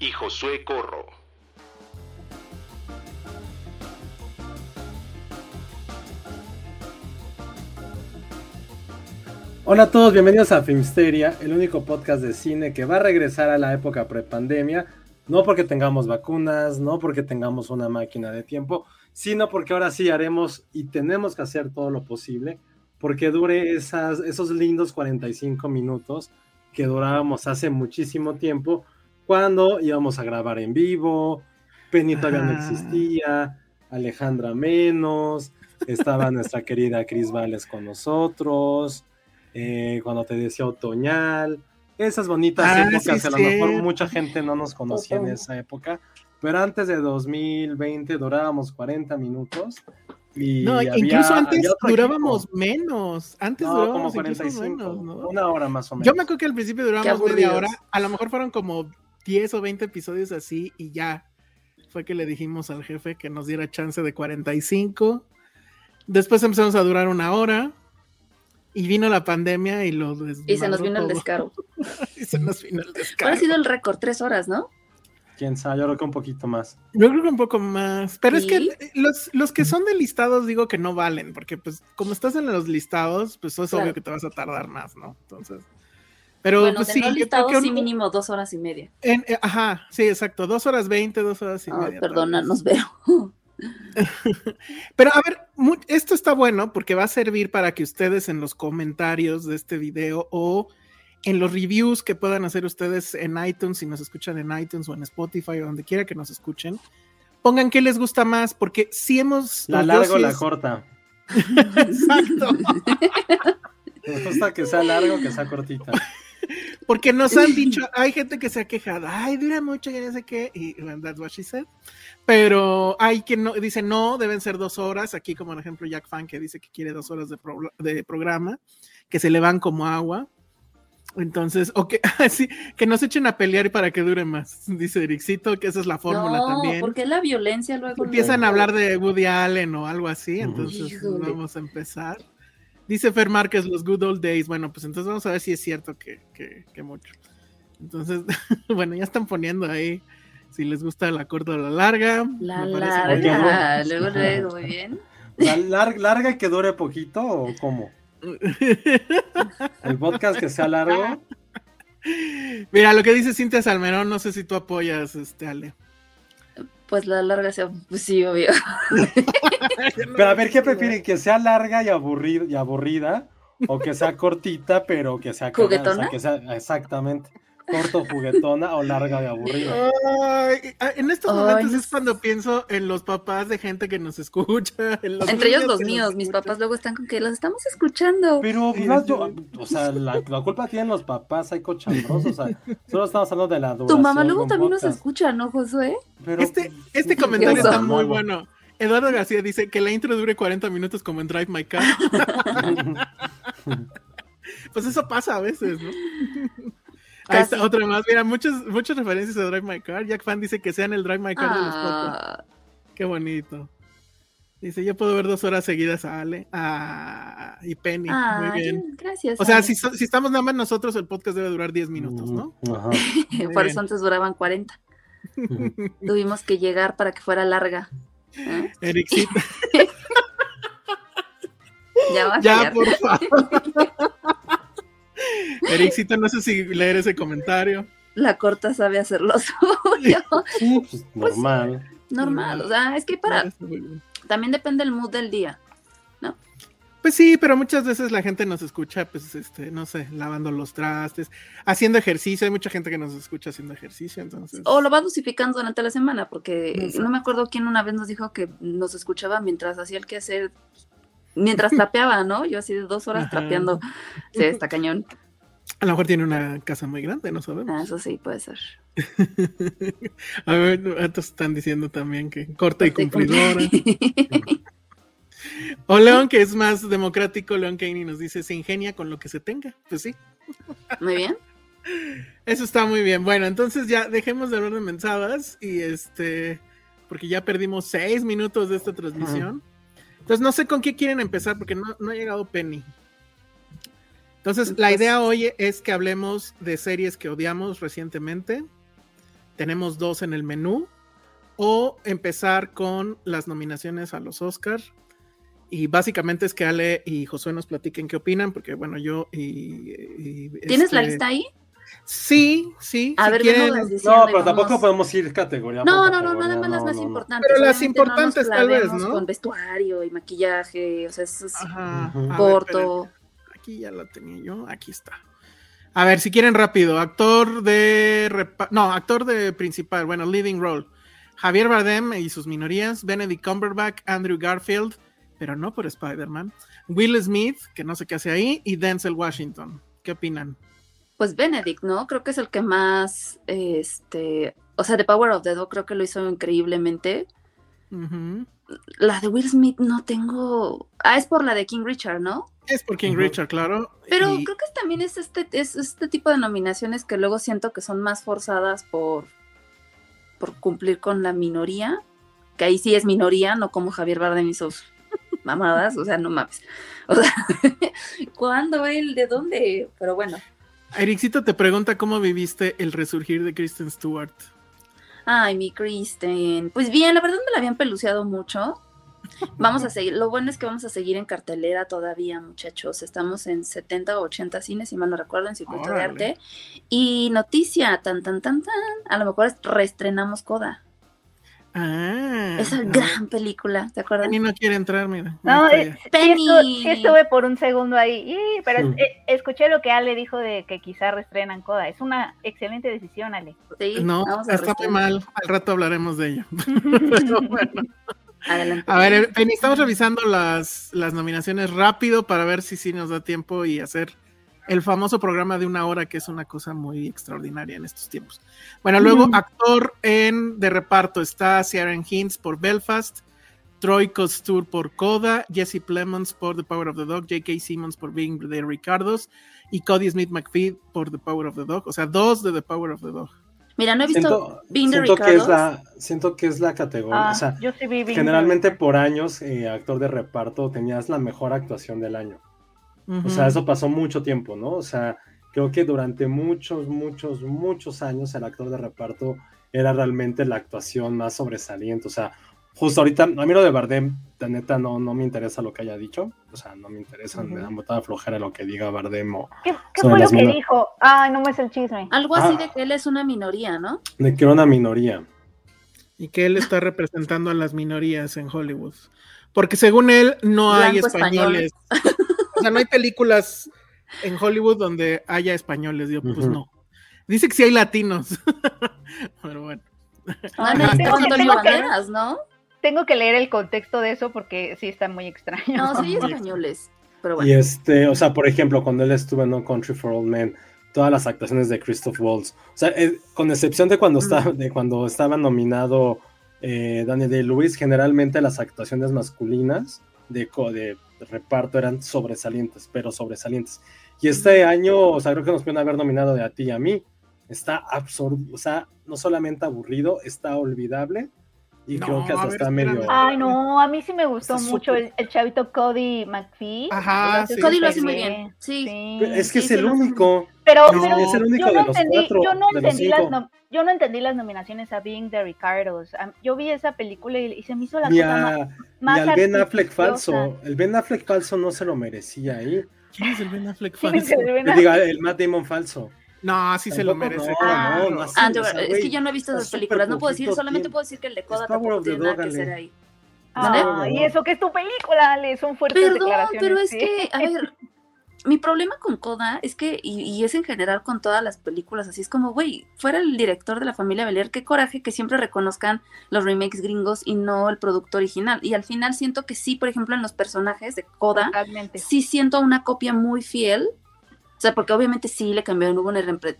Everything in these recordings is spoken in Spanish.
y Josué Corro. Hola a todos, bienvenidos a Filmsteria, el único podcast de cine que va a regresar a la época prepandemia, no porque tengamos vacunas, no porque tengamos una máquina de tiempo, sino porque ahora sí haremos y tenemos que hacer todo lo posible porque dure esas, esos lindos 45 minutos que durábamos hace muchísimo tiempo cuando íbamos a grabar en vivo, Penny todavía no existía, Alejandra menos, estaba nuestra querida Cris Vales con nosotros eh, cuando te decía otoñal, esas bonitas Ah, épocas, sí, a lo mejor cierto. mucha gente no nos conocía en esa época, pero antes de 2020 durábamos 40 minutos y No, había- incluso antes había otro durábamos equipo. menos. Antes No, como durábamos incluso 45, menos, ¿no? una hora más o menos. Yo me acuerdo que al principio durábamos media aburridos. hora. A lo mejor fueron como 10 o 20 episodios así y ya. Fue que le dijimos al jefe que nos diera chance de 45. Después empezamos a durar una hora. Y vino la pandemia y lo Y se nos desmadró vino el todo. descaro. y se nos vino el ¿Cuál descaro. ha sido el récord? Tres horas, ¿no? Quién sabe, yo creo que un poquito más. Yo creo que un poco más. Pero es Sí. que los, los que son de listados digo que no valen, porque pues como estás en los listados, pues es Claro. obvio que te vas a tardar más, ¿no? Entonces. Pero bueno, pues de sí, no yo creo listado que un- sí mínimo dos horas y media. en- eh, ajá, sí, exacto. Dos horas veinte, dos horas y Ay, media. Ah, perdona, tal vez. nos veo. Pero a ver, mu- esto está bueno porque va a servir para que ustedes en los comentarios de este video o en los reviews que puedan hacer ustedes en iTunes, si nos escuchan en iTunes o en Spotify o donde quiera que nos escuchen, pongan qué les gusta más, porque si hemos... La Pues yo larga o sí la es- corta. Exacto. Nos gusta que sea largo que sea cortita. Porque nos han dicho, hay gente que se ha quejado, ay, dura mucho, ya no sé qué, y well, that's what she said. Pero hay quien no, dice, no, deben ser dos horas. Aquí, como por ejemplo, Jack Fan, que dice que quiere dos horas de, pro- de programa, que se le van como agua. Entonces, o que, así, que nos echen a pelear para que dure más, dice Ericito, que esa es la fórmula no, también. porque la violencia luego. Empiezan luego- a hablar de Woody Allen o algo así, Ujú. entonces Híjole. vamos a empezar. Dice Fer Márquez, los good old days. Bueno, pues entonces vamos a ver si es cierto que, que, que mucho. Entonces, bueno, ya están poniendo ahí si les gusta la corta o la larga. La Me parece muy larga, bien. luego, luego, muy bien. ¿La lar- larga y que dure poquito o cómo? El podcast que sea largo. Mira, lo que dice Cintia Salmerón, no sé si tú apoyas, este Ale. Pues la larga sea, pues sí, obvio. Pero a ver, ¿qué prefieren? ¿Que sea larga y, aburrida y aburrida? ¿O que sea cortita, pero que sea cagada? O sea, ¿Juguetona? que sea, exactamente. Corto, juguetona o larga y aburrida. Ay, en estos Ay, momentos no es cuando pienso en los papás de gente que nos escucha. en los Entre ellos niños los que nos míos, mis escuchan. papás luego están con que los estamos escuchando. Pero, Sí, ¿verdad? sí. Yo- o sea, la, la culpa tienen los papás, hay cochambrosos. O sea, solo estamos hablando de la duración. Tu mamá luego con también nos podcast. escucha, ¿no, Josué? Pero, Este, pues, este qué comentario curioso. está muy mamá. bueno. Eduardo García dice que la intro dure 40 minutos como en Drive My Car. pues eso pasa a veces, ¿no? Ahí está Casi. otra más. Mira, muchas, muchas referencias a Drive My Car. Jack Fan dice que sean el Drive My Car de los podcasts. Ah, Qué bonito. Dice, yo puedo ver dos horas seguidas a Ale a... y Penny. Muy Ay, bien. ah, gracias. O sea, Ale. si, so- si estamos nada más nosotros, el podcast debe durar 10 minutos, ¿no? mm, Ajá. Muy Por bien. eso antes duraban 40. Ujú. Tuvimos que llegar para que fuera larga. ¿Eh? Eric, sí, Ya va a ya, fallar. por favor. Ericita, no sé si leer ese comentario. La corta sabe hacer lo suyo. Sí, pues normal. Normal. O sea, es que para. También depende el mood del día. Pues sí, pero muchas veces la gente nos escucha, pues, este, no sé, lavando los trastes, haciendo ejercicio. Hay mucha gente que nos escucha haciendo ejercicio, entonces. O lo va dosificando durante la semana, porque No sé. no me acuerdo quién una vez nos dijo que nos escuchaba mientras hacía el quehacer, mientras trapeaba, ¿no? Yo así de dos horas Ajá. trapeando. Sí, está cañón. A lo mejor tiene una casa muy grande, no sabemos. Ah, eso sí, puede ser. A ver, estos están diciendo también que corta y Estoy cumplidora. O León, que es más democrático, León Caney nos dice, se ingenia con lo que se tenga. Pues sí, Muy bien. eso está muy bien. Bueno, entonces ya dejemos de hablar de mensadas y este, porque ya perdimos seis minutos de esta transmisión. Entonces no sé con qué quieren empezar porque no, no ha llegado Penny. Entonces la Entonces- idea hoy es que hablemos de series que odiamos recientemente. Tenemos dos en el menú. O empezar con las nominaciones a los Oscar. Y básicamente es que Ale y Josué nos platiquen qué opinan, porque bueno, yo y... y, ¿Tienes la este, lista ahí? Sí, sí. A si ver, quieren, venos diciendo No, y pero tampoco vamos- podemos ir categoría. por No, no, no, categoría, nada más las no, más no, no. importantes. Pero las Obviamente no nos importantes, tal vez, clavemos ¿no? Con vestuario y maquillaje, o sea, eso es Ajá, Ujú. a ver, corto. esperen, aquí ya la tenía yo, aquí está. A ver, si quieren rápido, actor de repa- no, actor de principal, bueno, leading role. Javier Bardem y sus minorías, Benedict Cumberbatch, Andrew Garfield, pero no por Spider-Man, Will Smith, que no sé qué hace ahí, y Denzel Washington. ¿Qué opinan? Pues Benedict, ¿no? Creo que es el que más, este, o sea, The Power of the Dog creo que lo hizo increíblemente. Ujú. La de Will Smith no tengo, ah, es por la de King Richard, ¿no? Es por King Ujú. Richard, claro. Pero y- creo que también es este, es este tipo de nominaciones que luego siento que son más forzadas por, por cumplir con la minoría, que ahí sí es minoría, no como Javier Bardem y sus mamadas, o sea, no mames. O sea, ¿cuándo él? ¿De dónde? Pero bueno. Ericito te pregunta cómo viviste el resurgir de Kristen Stewart. Ay, mi Kristen. Pues bien, la verdad me la habían peluciado mucho. Vamos a seguir, lo bueno es que vamos a seguir en cartelera todavía, muchachos. Estamos en 70 o 80 cines, si mal no recuerdo, en Circuito de Órale. Arte. Y noticia, tan, tan, tan, tan. A lo mejor es- reestrenamos Coda. Ah, Esa a ver. gran película, ¿te acuerdas? Penny no quiere entrar, mira. No, Ahí eh, está sí, estu- Penny. sí estuve por un segundo ahí, y- pero Sí. eh, escuché lo que Ale dijo de que quizá restrenan Coda. Es una excelente decisión, Ale. Sí, ya. No, vamos a está muy reestrenar. mal. Al rato hablaremos de ella. Pero bueno. Adelante. A ver, Penny, estamos revisando las, las nominaciones rápido para ver si sí nos da tiempo y hacer el famoso programa de una hora, que es una cosa muy extraordinaria en estos tiempos. Bueno, luego, actor en de reparto está Ciaran Hinds por Belfast, Troy Costur por Coda, Jesse Plemons por The Power of the Dog, J.K. Simmons por Being the Ricardos y Cody Smith McPhee por The Power of the Dog, o sea, dos de The Power of the Dog. Mira, no he visto Siento, Being the siento que es Ricardos. la, siento que es la categoría. Ah, o sea, yo sí vi Being generalmente Barbie. por años, eh, actor de reparto, tenías la mejor actuación del año. O Ujú. sea, eso pasó mucho tiempo, ¿no? O sea, creo que durante muchos, muchos, muchos años el actor de reparto era realmente la actuación más sobresaliente. O sea, justo ahorita, a mí lo de Bardem, la neta, no, no me interesa lo que haya dicho. O sea, no me interesa, me da mucha flojera lo que diga Bardem o ¿Qué, qué Sobre fue lo las que mino- dijo? Ay, no me es el chisme. Algo así Ah. de que él es una minoría, ¿no? de que era una minoría. y que él está representando a las minorías en Hollywood. Porque según él, no hay Blanco español. españoles. O sea, no hay películas en Hollywood donde haya españoles. Yo, pues Ujú. no. Dice que sí hay latinos. Pero bueno. No, Ah, no, no, tengo que- Antonio tengo que- Banderas, ¿no? Tengo que leer el contexto de eso porque sí está muy extraño. No, soy españoles. Pero bueno. Y este, o sea, por ejemplo, cuando él estuvo en No Country for Old Men, todas las actuaciones de Christoph Waltz, o sea, eh, con excepción de cuando, estaba, de cuando estaba nominado eh, Daniel Day-Lewis, generalmente las actuaciones masculinas de, co- de reparto eran sobresalientes, pero sobresalientes. Y este año, o sea, creo que nos pueden haber nominado de a ti y a mí. Está absurdo, o sea, no solamente aburrido, está olvidable Y No, creo que a hasta ver, está espérame. medio. Ay, no, a mí sí me gustó Está súper- mucho el, el chavito Cody McPhee. Ajá, sí. Cody lo súper hace muy bien. Sí. Es que Sí, es sí, el lo hace muy único. Pero, No, pero es el único yo, no de los entendí, cuatro, yo no de los entendí las cinco. nom- yo no entendí las nominaciones a Being the Ricardos. A- Yo vi esa película y, y se me hizo la Ni, cosa ma- a- más ni al Ben Affleck artificiosa. falso. El Ben Affleck falso no se lo merecía ahí. ¿Quién es el Ben Affleck Sí, me falso? quedé bien Yo digo, el Matt Damon falso. No, sí se lo Tampoco, merece. no, claro. no, no, sí. Andrew, o sea, es güey, que yo no he visto está esas películas, no puedo súper decir, solamente poquito puedo decir que el de Coda Power tampoco of the tiene nada Dog, que ser Ale. ahí. Ay, ¿Vale? y eso que es tu película, Ale, son fuertes Perdón, declaraciones. pero es sí. que, a ver, mi problema con Coda es que, y, y es en general con todas las películas, así es como, güey, fuera el director de la familia Belier, qué coraje que siempre reconozcan los remakes gringos y no el producto original. Y al final siento que sí, por ejemplo, en los personajes de Coda, Totalmente. sí siento una copia muy fiel. O sea, porque obviamente sí le cambiaron, hubo una reimpre-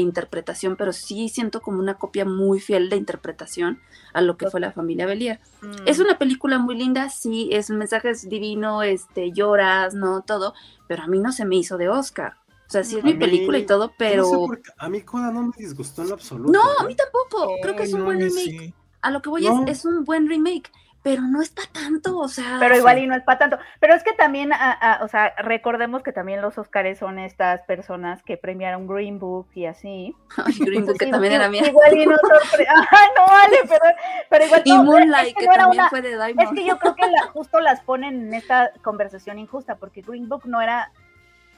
reinterpretación, pero sí siento como una copia muy fiel de interpretación a lo que fue la familia Belier. Mm. Es una película muy linda, sí, es un mensaje es divino, este, lloras, no, todo, pero a mí no se me hizo de Oscar. O sea, sí es A mi mí- película y todo, pero... No sé por qué, a mí Coda no me disgustó en lo absoluto. No, ¿eh? a mí tampoco. Creo que es un Ay, no, buen ni remake. sí. A lo que voy No. es, es un buen remake, pero no es para tanto, o sea... Pero igual y no es para tanto. Pero es que también, a- a- o sea, recordemos que también los Oscars son estas personas que premiaron Green Book y así. Ay, Green Book, que Sí, también sí, era mía. Igual y no sorpre- Ay, no, Ale, pero, pero igual Y no, Moonlight, es que, no era también una- fue de Diamond. Es que yo creo que la- justo las ponen en esta conversación injusta, porque Green Book no era.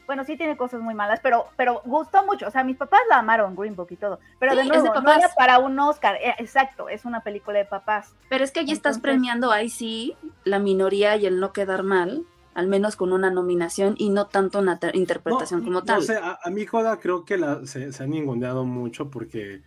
Bueno, sí tiene cosas muy malas, pero, pero gustó mucho. O sea, mis papás la amaron, Green Book y todo. Pero Sí, de es nuevo, de no era papás. para un Oscar. Eh, exacto, es una película de papás. Pero es que allí estás Entonces- premiando ahí sí la minoría y el no quedar mal, al menos con una nominación y no tanto una ter- interpretación No, como no tal. sé, a, a mí Coda creo que la, se, se han ninguneado mucho porque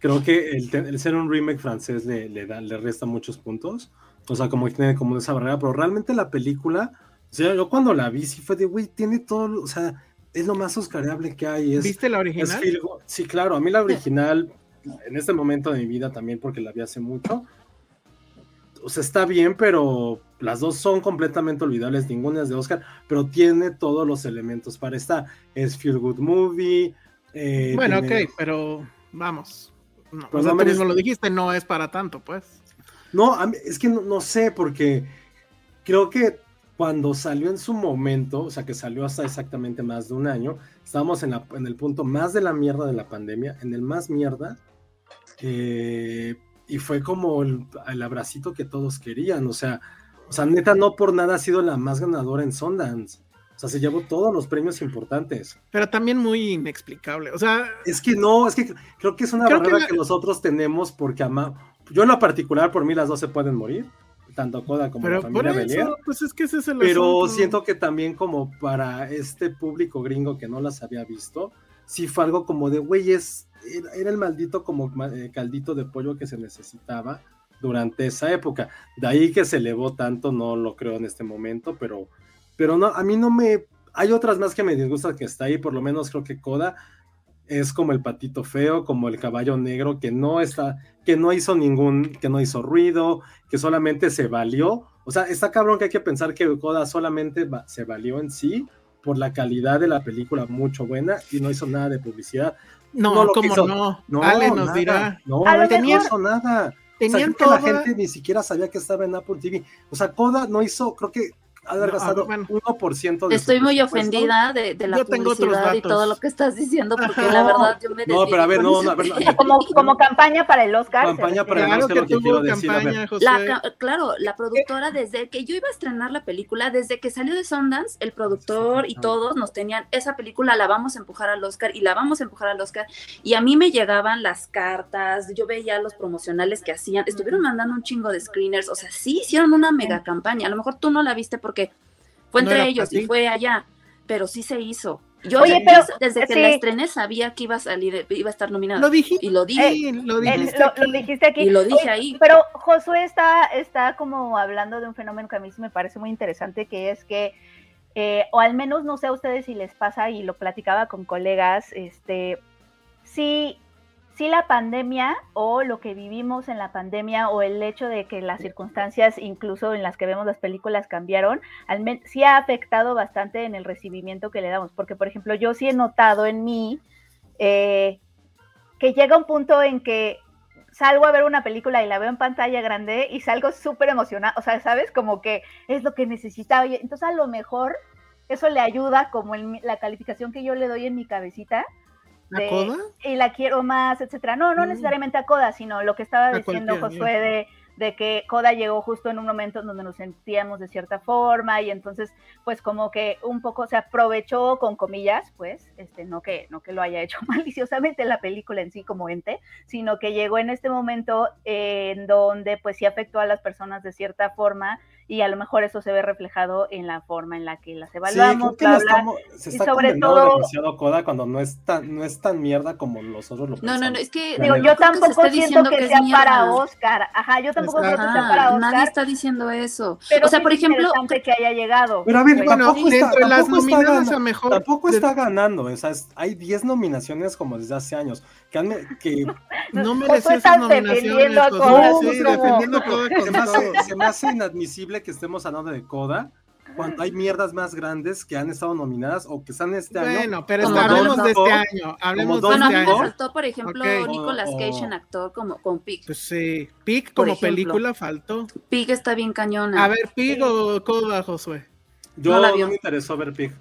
creo que el, te- el ser un remake francés le, le, da, le resta muchos puntos. O sea, como que tiene como esa barrera, pero realmente la película, o sea, yo cuando la vi sí fue de, güey, tiene todo, lo- o sea, es lo más oscareable que hay. Es, ¿Viste la es original? feel good. Sí, claro, a mí la original, en este momento de mi vida también, porque la vi hace mucho, o sea, está bien, pero las dos son completamente olvidables, ninguna es de Oscar, pero tiene todos los elementos para esta. Es Feel Good Movie. eh, Bueno, tiene- ok, pero vamos. No, o Pues sea, no tú merece- mismo lo dijiste, no es para tanto, pues. No, a mí- es que no, no sé, porque creo que cuando salió en su momento, o sea, que salió hasta exactamente más de un año, estábamos en, la- en el punto más de la mierda de la pandemia, en el más mierda, eh, y fue como el, el abracito que todos querían, o sea, o sea, neta, no por nada ha sido la más ganadora en Sundance, o sea, se llevó todos los premios importantes. Pero también muy inexplicable. O sea, Es que no, es que creo que es una Creo que barrera la- que, nosotros tenemos porque ama. Yo en lo particular, por mí las dos se pueden morir, tanto Coda como pero la por familia eso, Belier. pues es que ese es el Pero asunto. siento que también como para este público gringo que no las había visto, sí fue algo como de, güey, es, era, era el maldito como ma- eh, caldito de pollo que se necesitaba durante esa época. De ahí que se elevó tanto, no lo creo en este momento, pero, pero no, a mí no me... Hay otras más que me disgustan que está ahí, por lo menos creo que Coda es como el patito feo, como el caballo negro que no está, que no hizo ningún, que no hizo ruido, que solamente se valió. O sea, está cabrón que hay que pensar que Coda solamente va- se valió en sí por la calidad de la película, mucho buena, y no hizo nada de publicidad. No, no lo como quiso. no. No, Ale nos nada. dirá. No, A lo no hizo- mejor- no hizo nada. O sea, Tenían creo que la toda- gente ni siquiera sabía que estaba en Apple TV. O sea, Coda no hizo, creo que ha de haber No, gastado bueno. 1% de su Estoy muy presupuesto. ofendida de, de la Yo tengo otros publicidad y datos. todo lo que estás diciendo, porque Ajá. la verdad yo me No, pero a ver, no, no, a ver, no. Como, como campaña para el Oscar. se Campaña refiere. para el Claro Oscar, que lo que quiero tuvo decir, a ver. campaña, José. La ca- claro, la productora desde que yo iba a estrenar la película, desde que salió de Sundance, el productor y todos nos tenían esa película la vamos a empujar al Oscar y la vamos a empujar al Oscar y a mí me llegaban las cartas, yo veía los promocionales que hacían, estuvieron mandando un chingo de screeners, o sea, sí hicieron una mega campaña, a lo mejor tú no la viste porque fue No entre era para ellos ti. y fue allá, pero sí se hizo. Yo Oye, desde- pero- desde que sí. la estrené sabía que iba a salir, iba a estar nominada Lo dijiste. y lo dije. sí, lo Eh, dijiste. lo, aquí. lo dijiste aquí. Y lo dije Oye, ahí. Pero Josué está, está como hablando de un fenómeno que a mí sí me parece muy interesante, que es que, eh, o al menos no sé a ustedes si les pasa, y lo platicaba con colegas, este, si, si la pandemia o lo que vivimos en la pandemia o el hecho de que las circunstancias, incluso en las que vemos las películas, cambiaron, al men- sí ha afectado bastante en el recibimiento que le damos. Porque, por ejemplo, yo sí he notado en mí... eh, que llega un punto en que salgo a ver una película y la veo en pantalla grande y salgo súper emocionada, o sea, ¿sabes? Como que es lo que necesitaba. Y Entonces a lo mejor eso le ayuda como en mi- la calificación que yo le doy en mi cabecita. ¿A de, coda? Y la quiero más, etcétera. No, no Mm. necesariamente a Coda, sino lo que estaba A diciendo cualquiera, Josué de, de que Coda llegó justo en un momento en donde nos sentíamos de cierta forma y entonces pues como que un poco se aprovechó con comillas, pues, este, no que, no que lo haya hecho maliciosamente la película en sí como ente, sino que llegó en este momento eh, en donde pues sí afectó a las personas de cierta forma y a lo mejor eso se ve reflejado en la forma en la que las evaluamos, que lo bla, bla. estamos- se Y está sobre condenando todo- demasiado Coda cuando no es tan, no es tan mierda como los otros lo No, pensamos. no, no, es que Digo, creo Yo que se tampoco está siento diciendo que, es sea mierda. para Oscar, ajá, yo tampoco creo que sea Ajá, para nadie Oscar, está diciendo eso. pero o sea, sí por es ejemplo, interesante que haya llegado. Pero a ver, Pues, Bueno, tampoco está, dentro de las tampoco está nominadas ganando- a mejor. Tampoco de- está ganando, o sea, es- hay 10 nominaciones como desde hace años, que, han- que No Josué mereció está esas nominaciones. defendiendo a Josué, Coda, sí, como- defendiendo a Coda se, con me hace, todo. se me hace inadmisible que estemos hablando de Coda cuando hay mierdas más grandes que han estado nominadas o que están este año. Bueno, pero Como hablemos Don de este Juan. año. Hablemos de Don bueno, a este mí me Juan. año. faltó, por ejemplo, Ok. Nicolas Oh, Cage oh. en actor como con Pig. Pues sí, Pig Por como ejemplo. Ah. película faltó. Pig está bien cañona. A ver, Pig o Coda, Josué. Yo no la no, vio. me interesó ver Pig.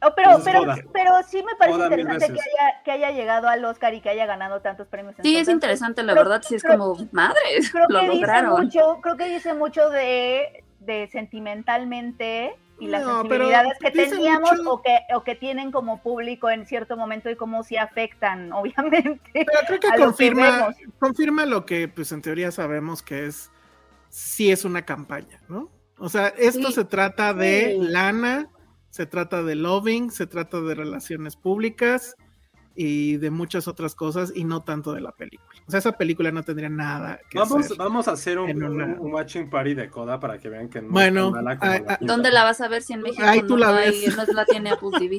Oh, pero, Entonces, pero, Coda. pero sí me parece Coda pues, mil interesante que veces. haya, que haya llegado al Oscar y que haya ganado tantos premios. sí, es Entonces, interesante, la creo- verdad, sí es creo- como, madre, creo lo que lograron. Dice mucho, creo que dice mucho de, de sentimentalmente y las No, pero sensibilidades que dice teníamos mucho- o, que, o que tienen como público en cierto momento y cómo sí afectan, obviamente. Pero creo que a lo que confirma, vemos. confirma lo que, pues en teoría sabemos que es, sí es una campaña, ¿no? O sea, esto Sí. se trata de Sí. lana, se trata de loving, se trata de relaciones públicas y de muchas otras cosas y no tanto de la película. O sea, esa película no tendría nada que Vamos, hacer. vamos a hacer un, en una- un- un watching party de Coda para que vean que no Bueno, es tan mala como ah, ah, pintan. ¿Dónde la vas a ver si en México Ay, no, tú la no hay- ves. no la tiene Apple TV?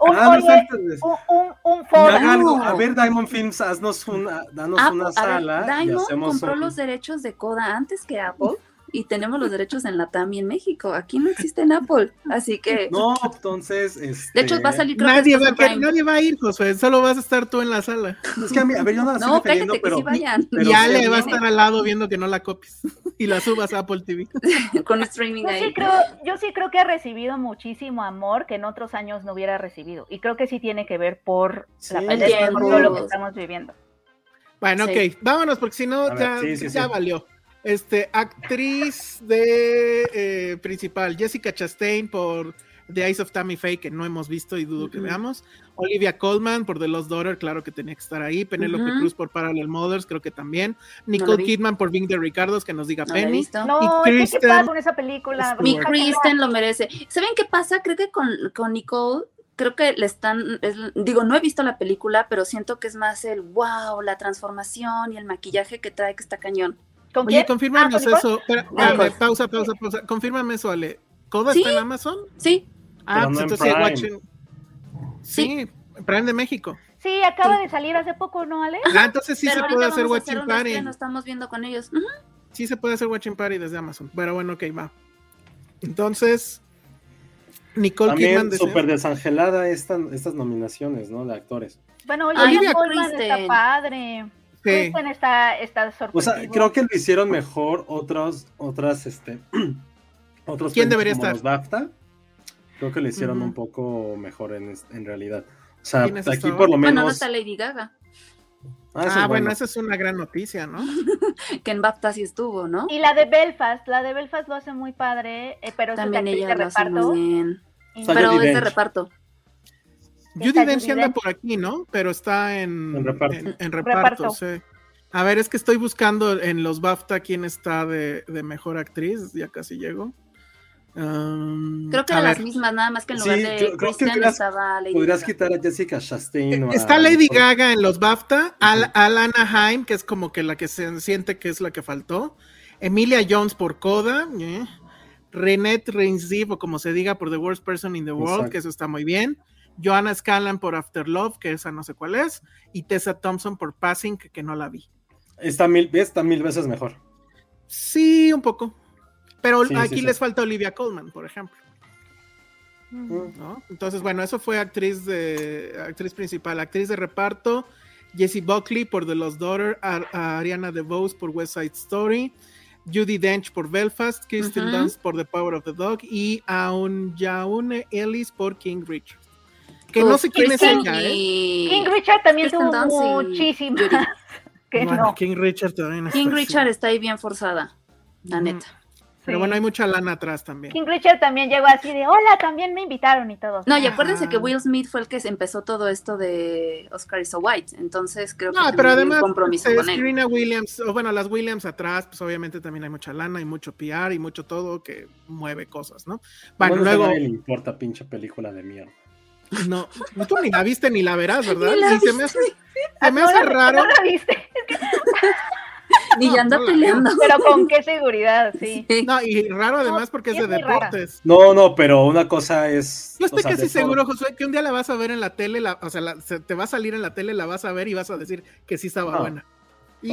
Un, Ah, no oye, estás tan des- un, un, un foro. Ya, algo. No. A ver, Diamond Films, haznos una, danos Apple- una Ah, pues, a ver, sala y Diamond hacemos compró un- los derechos de Coda antes que Apple y tenemos los derechos en la TAMI en México. Aquí no existe en Apple, así que... No, pues, entonces, este... de hecho, va a salir... Creo Nadie que va, a en querer- Prime. nadie va a ir, Josué, solo vas a estar tú en la sala. Es que a mí, a ver, yo Ah, no la estoy No, defendiendo, cállate, que pero... sí vayan. pero ya sí, le va a no. estar al lado viendo que no la copies y la subas a Apple TV. Con streaming Yo sí, ahí. creo, yo sí creo que ha recibido muchísimo amor que en otros años no hubiera recibido. Y creo que sí tiene que ver por la Sí. pandemia, por todo lo que Tiempos. estamos viviendo. Bueno, Sí. ok, vámonos porque si no A ver, ya, sí, sí, ya sí. valió. Este, actriz de eh, principal, Jessica Chastain por The Eyes of Tammy Faye, que no hemos visto y dudo que Ujú. veamos. Olivia Colman por The Lost Daughter, claro que tenía que estar ahí. Penélope Ujú. Cruz por Parallel Mothers, creo que también. la Nicole vi. Kidman por Bing de Ricardos, que nos diga No la he Penny. visto. No, es que ¿qué Kristen pasa con esa película? Stewart. Mi Déjala. Kristen lo merece. ¿Saben qué pasa? Creo que con, con Nicole, creo que le están, es- digo, no he visto la película, pero siento que es más el wow, la transformación y el maquillaje que trae que está cañón. ¿Con Oye, quién? confírmanos Ah, ¿con eso. Pero, Nicole. a ver, pausa, pausa, pausa. Confírmame eso, Ale. ¿Coda Sí. está en Amazon? Sí, Ah, Pero pues no en entonces Prime. watchen. Sí, Prime de México. Sí, acaba de salir hace poco, ¿no, Ale? Ah, entonces sí pero se ahorita puede hacer vamos a hacer Watching unos Party. que no estamos viendo con ellos. Ujú. Sí se puede hacer Watching Party desde Amazon. Pero bueno, ok, va. Entonces, Nicole Kidman También desea- súper desangelada esta- estas nominaciones, ¿no? De actores. Bueno, oye, Olivia Colman está Kristen. padre. Sí. Kristen está, está Ah, O sea, pues, sorpresivo. creo que lo hicieron mejor otros, otras, este... otros ¿Quién premios debería como estar? los BAFTA. Creo que lo hicieron Ujú. un poco mejor en, es- en realidad. O sea, ¿Quiénes aquí estaban? por lo Bueno, no menos... está Lady Gaga, Ah, eso Ah, es bueno, bueno. esa es una gran noticia, ¿no? que en BAFTA sí estuvo, ¿no? Y la de Belfast, la de Belfast lo hace muy padre, eh, pero es También una actriz ella de lo hace reparto. muy bien. y Está Pero Judi es de Dench. reparto. Judy Dench sí Judi anda Dench. por aquí, ¿no? Pero está en, En reparto. en- en reparto, Reparto. sí. A ver, es que estoy buscando en los BAFTA quién está de, de mejor actriz. Ya casi llego. Um, Creo que a eran las ver. mismas, nada más que en Sí, lugar yo de creo que Kristen podrías- estaba Lady Podrías Gaga. quitar a Jessica Chastain o a- Está Lady Gaga en los BAFTA, Al, Ujú. Alana Haim, que es como que la que se siente que es la que faltó, Emilia Jones por Coda, eh, Renette Reinsdorf, o como se diga, por The Worst Person in the World, Exacto. que eso está muy bien, Joanna Scanlan por After Love, que esa no sé cuál es, y Tessa Thompson por Passing, que, que no la vi. Está mil, está mil veces mejor. Sí, un poco. Pero Sí, sí, aquí sí. les falta Olivia Colman, por ejemplo. ¿no? Entonces, bueno, eso fue actriz de actriz principal, actriz de reparto, Jesse Buckley por The Lost Daughter, a, a Ariana DeVos por West Side Story, Judy Dench por Belfast, Kristen Ujú. Dunst por The Power of the Dog y Aun Yaune Ellis por King Richard. Que no sé quién es Kristen ella, ¿eh? Y- King Richard también Kristen tuvo Dunst y Judy. muchísimas. que Bueno, no. King Richard también está King así. Richard está ahí bien forzada, la Pues Ujú. neta. Pero Sí. bueno, hay mucha lana atrás también. King Richard también llegó así de, hola, también me invitaron y todo. No, y acuérdense Ajá. que Will Smith fue el que se empezó todo esto de Oscar is so white, entonces creo que No, también pero hay un además, compromiso eh, con él. Serena Williams, o bueno, las Williams atrás, pues obviamente también hay mucha lana y mucho PR y mucho todo que mueve cosas, ¿no? Bueno, Bueno, luego, A nadie le importa pinche película de mierda. no, tú ni la viste ni la verás, ¿verdad? Ni la Y se me hace, se me No hace la- raro. No la viste, Y ya anda no la- peleando. pero con qué seguridad, sí. No, y raro además porque es es de muy rara. deportes. No, no, pero una cosa es. Yo estoy o sea, casi de todo. seguro, Josué, que un día la vas a ver en la tele, la- o sea, la- se- te va a salir en la tele, la vas a ver y vas a decir que sí estaba No. buena.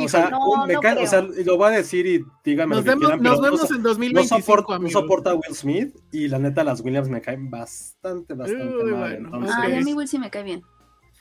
O sea, No, un- me no can- o creo. sea, lo va a decir y dígame nos, lo que vemos, quieran, nos pero no vemos so- en no 2025, soporta, no amigos. soporta a Will Smith y la neta las Williams me caen bastante, bastante Uy, mal. bueno, entonces, Ay, a mí Ok. Will sí me cae bien.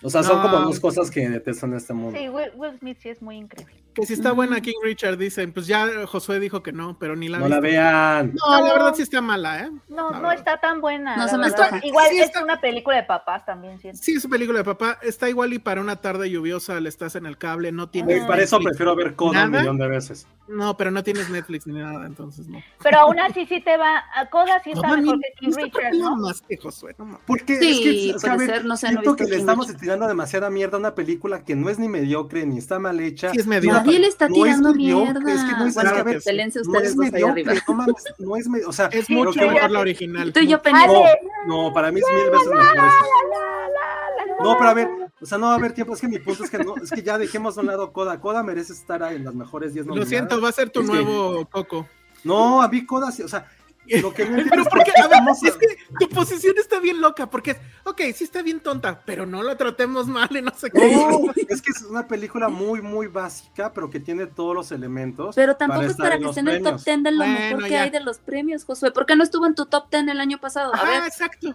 o sea, son como No. dos cosas que detesto en este mundo. Sí, Will, Will Smith sí es muy increíble. Que si está buena King Richard, dicen, pues ya eh, Josué dijo que no, pero ni la no la viste. vean. No, la No. verdad sí está mala, ¿eh? No, La no verdad. está tan buena. No la se me verdad. antoja. Igual Sí es está- una película de papás también, siento. Sí, es película de papá. Está igual y para una tarde lluviosa le estás en el cable, no tienes. Ay, Para eso Netflix. prefiero ver Conan un ¿Nada? millón de veces. No, pero no tienes Netflix ni nada, entonces no. Pero aún así sí te va, a Coda sí está No, mejor ni- que ni King está Richard, perdido ¿no? más que Josué, no mames. Porque Sí, es que, o sea, a puede ver, ser, no sé, no he siento visto que le King estamos Richard. tirando demasiada mierda a una película que no es ni mediocre ni está mal hecha. Sí, es mediocre. Nadie le está No es tirando mediocre, mierda. es que no es- Claro que sí. Pelense No ustedes es dos allá mediocre, arriba. no mames, no es medio, o sea, Es creo mucho que- mejor la original. Tú y yo Mucho. peleando. Ale. No, para mí es mil veces mejor eso. No, pero a ver, o sea, no va a haber tiempo. Es que mi punto es que no, es que ya dejemos de un lado Coda. Coda merece estar ahí en las mejores 10 Lo nominadas. siento, va a ser tu Es que- nuevo Coco. No, a mí Coda, sí, o sea, lo que no Pero entiendo porque, es a ver, estamos- es que tu posición está bien loca, porque es, ok, sí está bien tonta, pero no la tratemos mal y no sé qué. Oh, No, es que es una película muy, muy básica, pero que tiene todos los elementos. Pero tampoco para es estar para en que los esté en el top premios. 10 de lo Bueno, mejor que ya. hay de los premios, Josué. ¿Por qué no estuvo en tu top 10 el año pasado? A Ah, ver. exacto.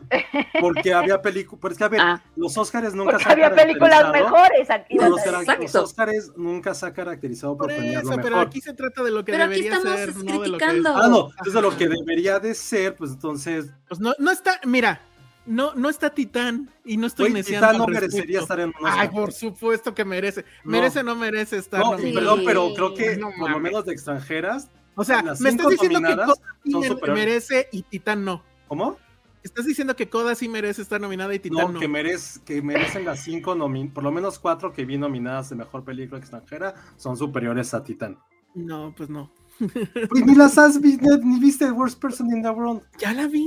Porque había películas. Pero es que, a ver, Ah, los Óscares nunca Porque había películas caracterizado- mejores aquí. Los, vas a ver. cara- los Exacto. Óscares nunca se ha caracterizado por, Por premiar lo eso, mejor. pero aquí se trata de lo que Pero aquí debería estamos ser, no de lo que es. criticando. Ah, no, entonces lo que debería de ser, pues entonces Pues no, no está, mira, no, no está Titán y no estoy Güey, neciando Titán no al respecto. merecería estar en un Oscar. Ay, por supuesto que merece. No. Merece o no merece estar No, nominado. perdón, pero creo Sí. que No por lo mames. menos de extranjeras, O sea, las me estás cinco diciendo que nominadas Coda sí son me- superiores. merece y Titán no. ¿cómo? Estás diciendo que Coda sí merece estar nominada y Titán No, no. que, merez- que merecen las cinco, nomin- por lo menos cuatro que vi nominadas de mejor película extranjera, son superiores a Titán. No, pues no. Pues ni las has visto, ni viste Worst Person in the World. Ya la vi.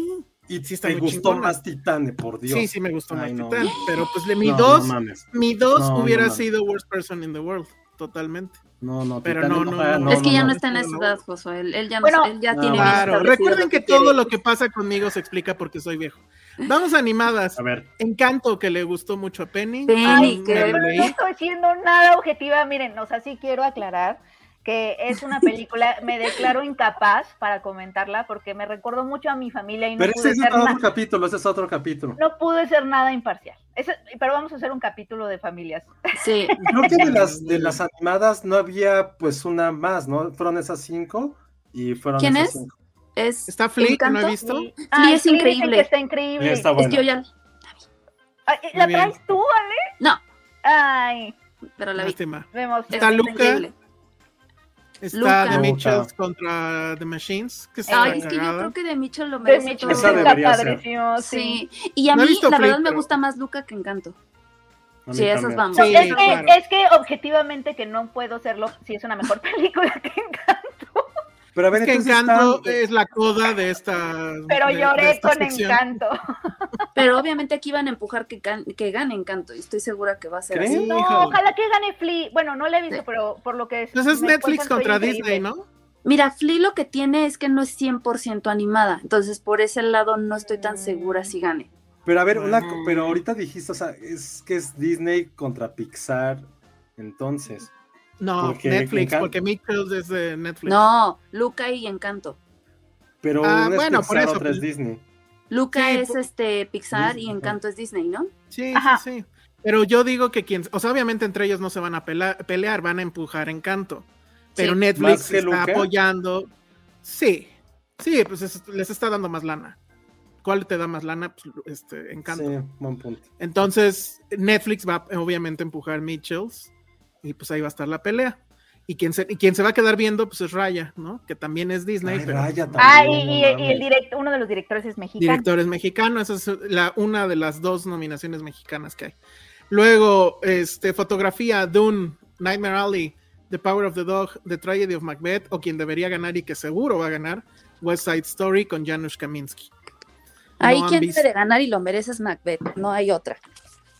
Y Sí, está te muy gustó chingona. más Titán, eh, por Dios. Sí, sí me gustó Ay, más no. Titán, pero pues le mi No, dos, No, mames. mi dos No, no hubiera mames. sido worst person in the world, totalmente. no, no, Pero Titán no, no, juega, no. es que ya no, no, está en no, esa no. edad, Josué. Él, él ya, no, Bueno, él ya No, tiene bien Claro, establecido recuerden lo que, quiere. todo lo que pasa conmigo se explica porque soy viejo. Vamos a animadas. A ver, Encanto que le gustó mucho a Penny. Ah, Penny, Ay, Me que- pero lo no leí. estoy siendo nada objetiva, miren, o sea, sí quiero aclarar que es una película, me declaro incapaz para comentarla porque me recuerdo mucho a mi familia y no pero ese pude es ser otro nada, capítulo, ese es otro capítulo. no pude ser nada imparcial. Ese- pero vamos a hacer un capítulo de familias. Sí. Creo que de las, de las animadas no había pues una más, ¿no? Fueron esas cinco y fueron ¿Quién esas es? cinco. Es Está Flea, que no he Encanto. visto. Y- ay, es sí, dicen que increíble. está increíble. Está Es que bueno. yo ya. Ay, ¿La Muy bien. traes tú, Ale? No, Ay, pero la vi. Lástima. vemos. Está Es Luca. increíble. Está Luca. The Luca. Mitchells contra The Machines. Que está Ay, es que yo cagada. creo que de Mitchell lo De merece. Mitch todo. Esa está debería ser. padrísimo, sí. Sí. Y a No he mí, visto la Flea, verdad, me pero- gusta más Luca que Encanto. A mí Sí, esas también. vamos. Sí. es, que, claro. es que objetivamente que no puedo serlo si es una mejor película que Encanto. Pero a ver, Es que entonces Encanto están- es la coda de esta. Pero de- de lloré esta con sección. encanto. Pero obviamente aquí van a empujar que, gan- que gane Encanto. Y estoy segura que va a ser ¿Creen? así. No, Híjole. ojalá que gane Flea. Bueno, no la he visto, Sí. pero por lo que es. Entonces es me Netflix cuentan, contra soy Disney, increíble. ¿no? Mira, Flea lo que tiene es que no es 100% animada. Entonces, por ese lado, no estoy tan segura si gane. Pero a ver, una, Mm. co- pero ahorita dijiste, o sea, es que es Disney contra Pixar. Entonces, No, Porque Netflix, Encanto- porque Mitchells es de Netflix. No, Luca y Encanto. pero Ah, una bueno, es por Pixar, eso, otra es pues. Disney. Luca Sí, es por- este Pixar Disney, y ajá. Encanto es Disney, ¿no? Sí, Ajá. sí, sí. Pero yo digo que quien, o sea, obviamente entre ellos no se van a pela- pelear, van a empujar encanto. Pero Sí. ¿Más Netflix que está Luca? apoyando. Sí, sí, pues es- les está dando más lana. ¿Cuál te da más lana? Pues, este, encanto. Sí, buen punto. Entonces, Netflix va eh, obviamente a empujar Mitchells y pues ahí va a estar la pelea. Y quien se, y quien se va a quedar viendo, pues es Raya, ¿no? Que también es Disney, Ay, pero Raya Ah, y, también, y- no y mames. el direct- uno de los directores es mexicano. director es mexicano. Esa es la, una de las dos nominaciones mexicanas que hay. Luego, este, fotografía, Dune, Nightmare Alley, The Power of the Dog, The Tragedy of Macbeth, o quien debería ganar y que seguro va a ganar, West Side Story con Janusz Kaminski. Ahí No han quien visto. debe de ganar y lo merece es Macbeth, no hay otra.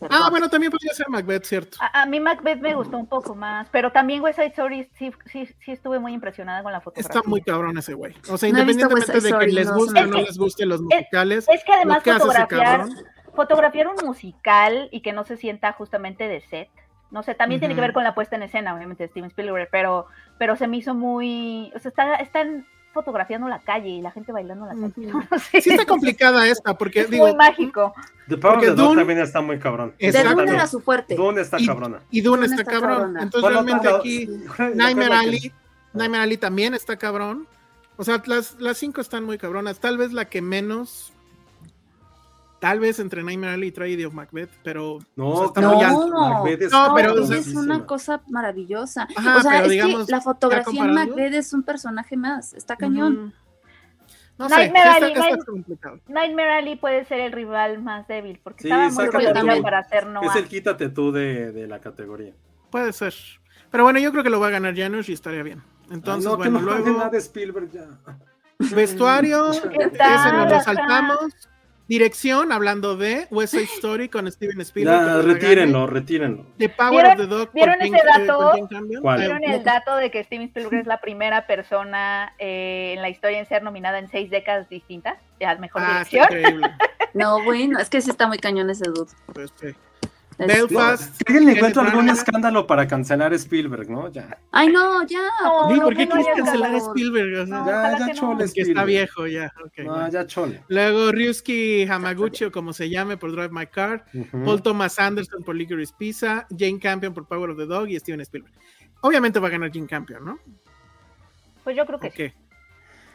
Ah, bueno, también podría ser Macbeth, ¿cierto? Ah, A, a mí Macbeth me gustó un poco más, pero también West Side Story sí, sí, sí estuve muy impresionada con la fotografía. Está muy cabrón ese güey. O sea, No he visto independientemente West Side de que Story, les no, guste o no. no les guste los musicales, Es que además lo que hace ese fotografiar, cabrón. fotografiar un musical y que no se sienta justamente de set. No sé, también tiene que ver Ujú. con la puesta en escena, obviamente, de Steven Spielberg, pero, pero se me hizo muy. O sea, está- están fotografiando la calle y la gente bailando en la calle. Ujú. No sé, Mm. Sí está complicada esta, porque es digo, muy mágico. The Power of Porque the Dog Dune- también está muy cabrón. De De Exacto. Dune era su fuerte. Dune está Y- cabrona. y Dune Dune está, está cabrón. cabrona. Entonces Por lo realmente tanto, aquí recuerda Nightmare que- Alley, Nightmare Alley también está cabrón. O sea, las, las cinco están muy cabronas. Tal vez la que menos. Tal vez entre Nightmare Alley y Tragedy of Macbeth, pero. No, o sea, está No, muy alto. Macbeth es No, pero, Macbeth o sea, es una cosa maravillosa. Ajá, o sea, pero es digamos, que la fotografía en comparando. Macbeth es un personaje más. Está cañón. Ujú. mm, No sé, Nightmare sí está- Alley, está Night- complicado. Nightmare Alley puede ser el rival más débil, porque Sí, estaba muy sácate complicado tú. para hacer no Es el quítate tú de, de la categoría. Puede ser. Pero bueno, yo creo que lo va a ganar Janusz y estaría bien. Entonces, Ay, no, bueno, que no hagan luego. nada de Spielberg ya. Vestuario, ¿Qué ese tal, nos acá? lo saltamos. Dirección, hablando de West Side Story con Steven Spielberg. que Ya, nos la retírenlo, retírenlo. gane. The Power of ¿Vieron- the Dog. con vieron Jane- ese eh, con dato? Jane Campion. ¿Cuál? Eh, Vieron el dato de que Steven Spielberg es la primera persona eh, en la historia en ser nominada en seis décadas distintas a mejor Ah, está dirección. increíble. No, bueno, es que sí está muy cañón ese dude. Pues, sí. Es- Belfast. Que alguien le Kenneth encuentra algún Branagh. escándalo para cancelar a Spielberg, ¿no? Ya, Ay, no, ya. No, Oye, no, ¿Por que qué no quieres haya cancelar a calor. Spielberg? O sea, No, ya, ojalá ya que no. chole que está Spielberg. viejo ya. ok, No, bueno. ya chole. Luego Ryuski Hamaguchi, o como se llame, por Drive My Car. Ujú. Paul Thomas Anderson por Licorice Pizza, Jane Campion por Power of the Dog y Steven Spielberg. Obviamente va a ganar Jane Campion, ¿no? Pues yo creo que ¿O sí. qué?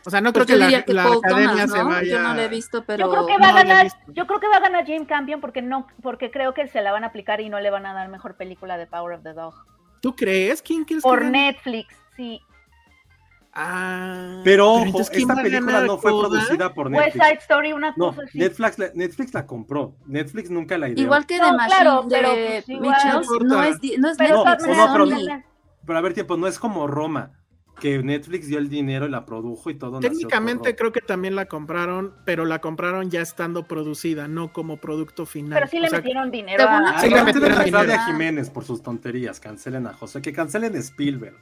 O sea, no creo Pues que yo la, diría que la Paul academia Thomas, se ¿no? vaya. Yo no lo he visto, pero. yo creo que va no a había ganar, visto. yo creo que va a ganar Jane Campion porque no, porque creo que se la van a aplicar y no le van a dar mejor película de Power of the Dog. ¿Tú crees? ¿Quién crees que Por gane? Netflix, sí. Ah, Pero ojo, entonces, ¿quién va esta a película ganar, no fue Coda? producida por West Netflix. Side Story, una No, cosa pues, así. Netflix la, Netflix la compró. Netflix nunca la ideó. Igual que de No, Machine claro, de pero, pues, igual. Mitchells, No importa. no es, di- no es Pero No, Netflix, Batman es no, pero- Sony. Pero a ver, tiempo, no es como Roma, que Netflix dio el dinero y la produjo y todo. nació Técnicamente por Roma. creo que también la compraron, pero la compraron ya estando producida, no como producto final. Pero sí O le sea, metieron de dinero. buena- Sí, Ay, le cancelen metieron a dinero. Claudia Jiménez por sus tonterías, cancelen a José, que cancelen a Spielberg.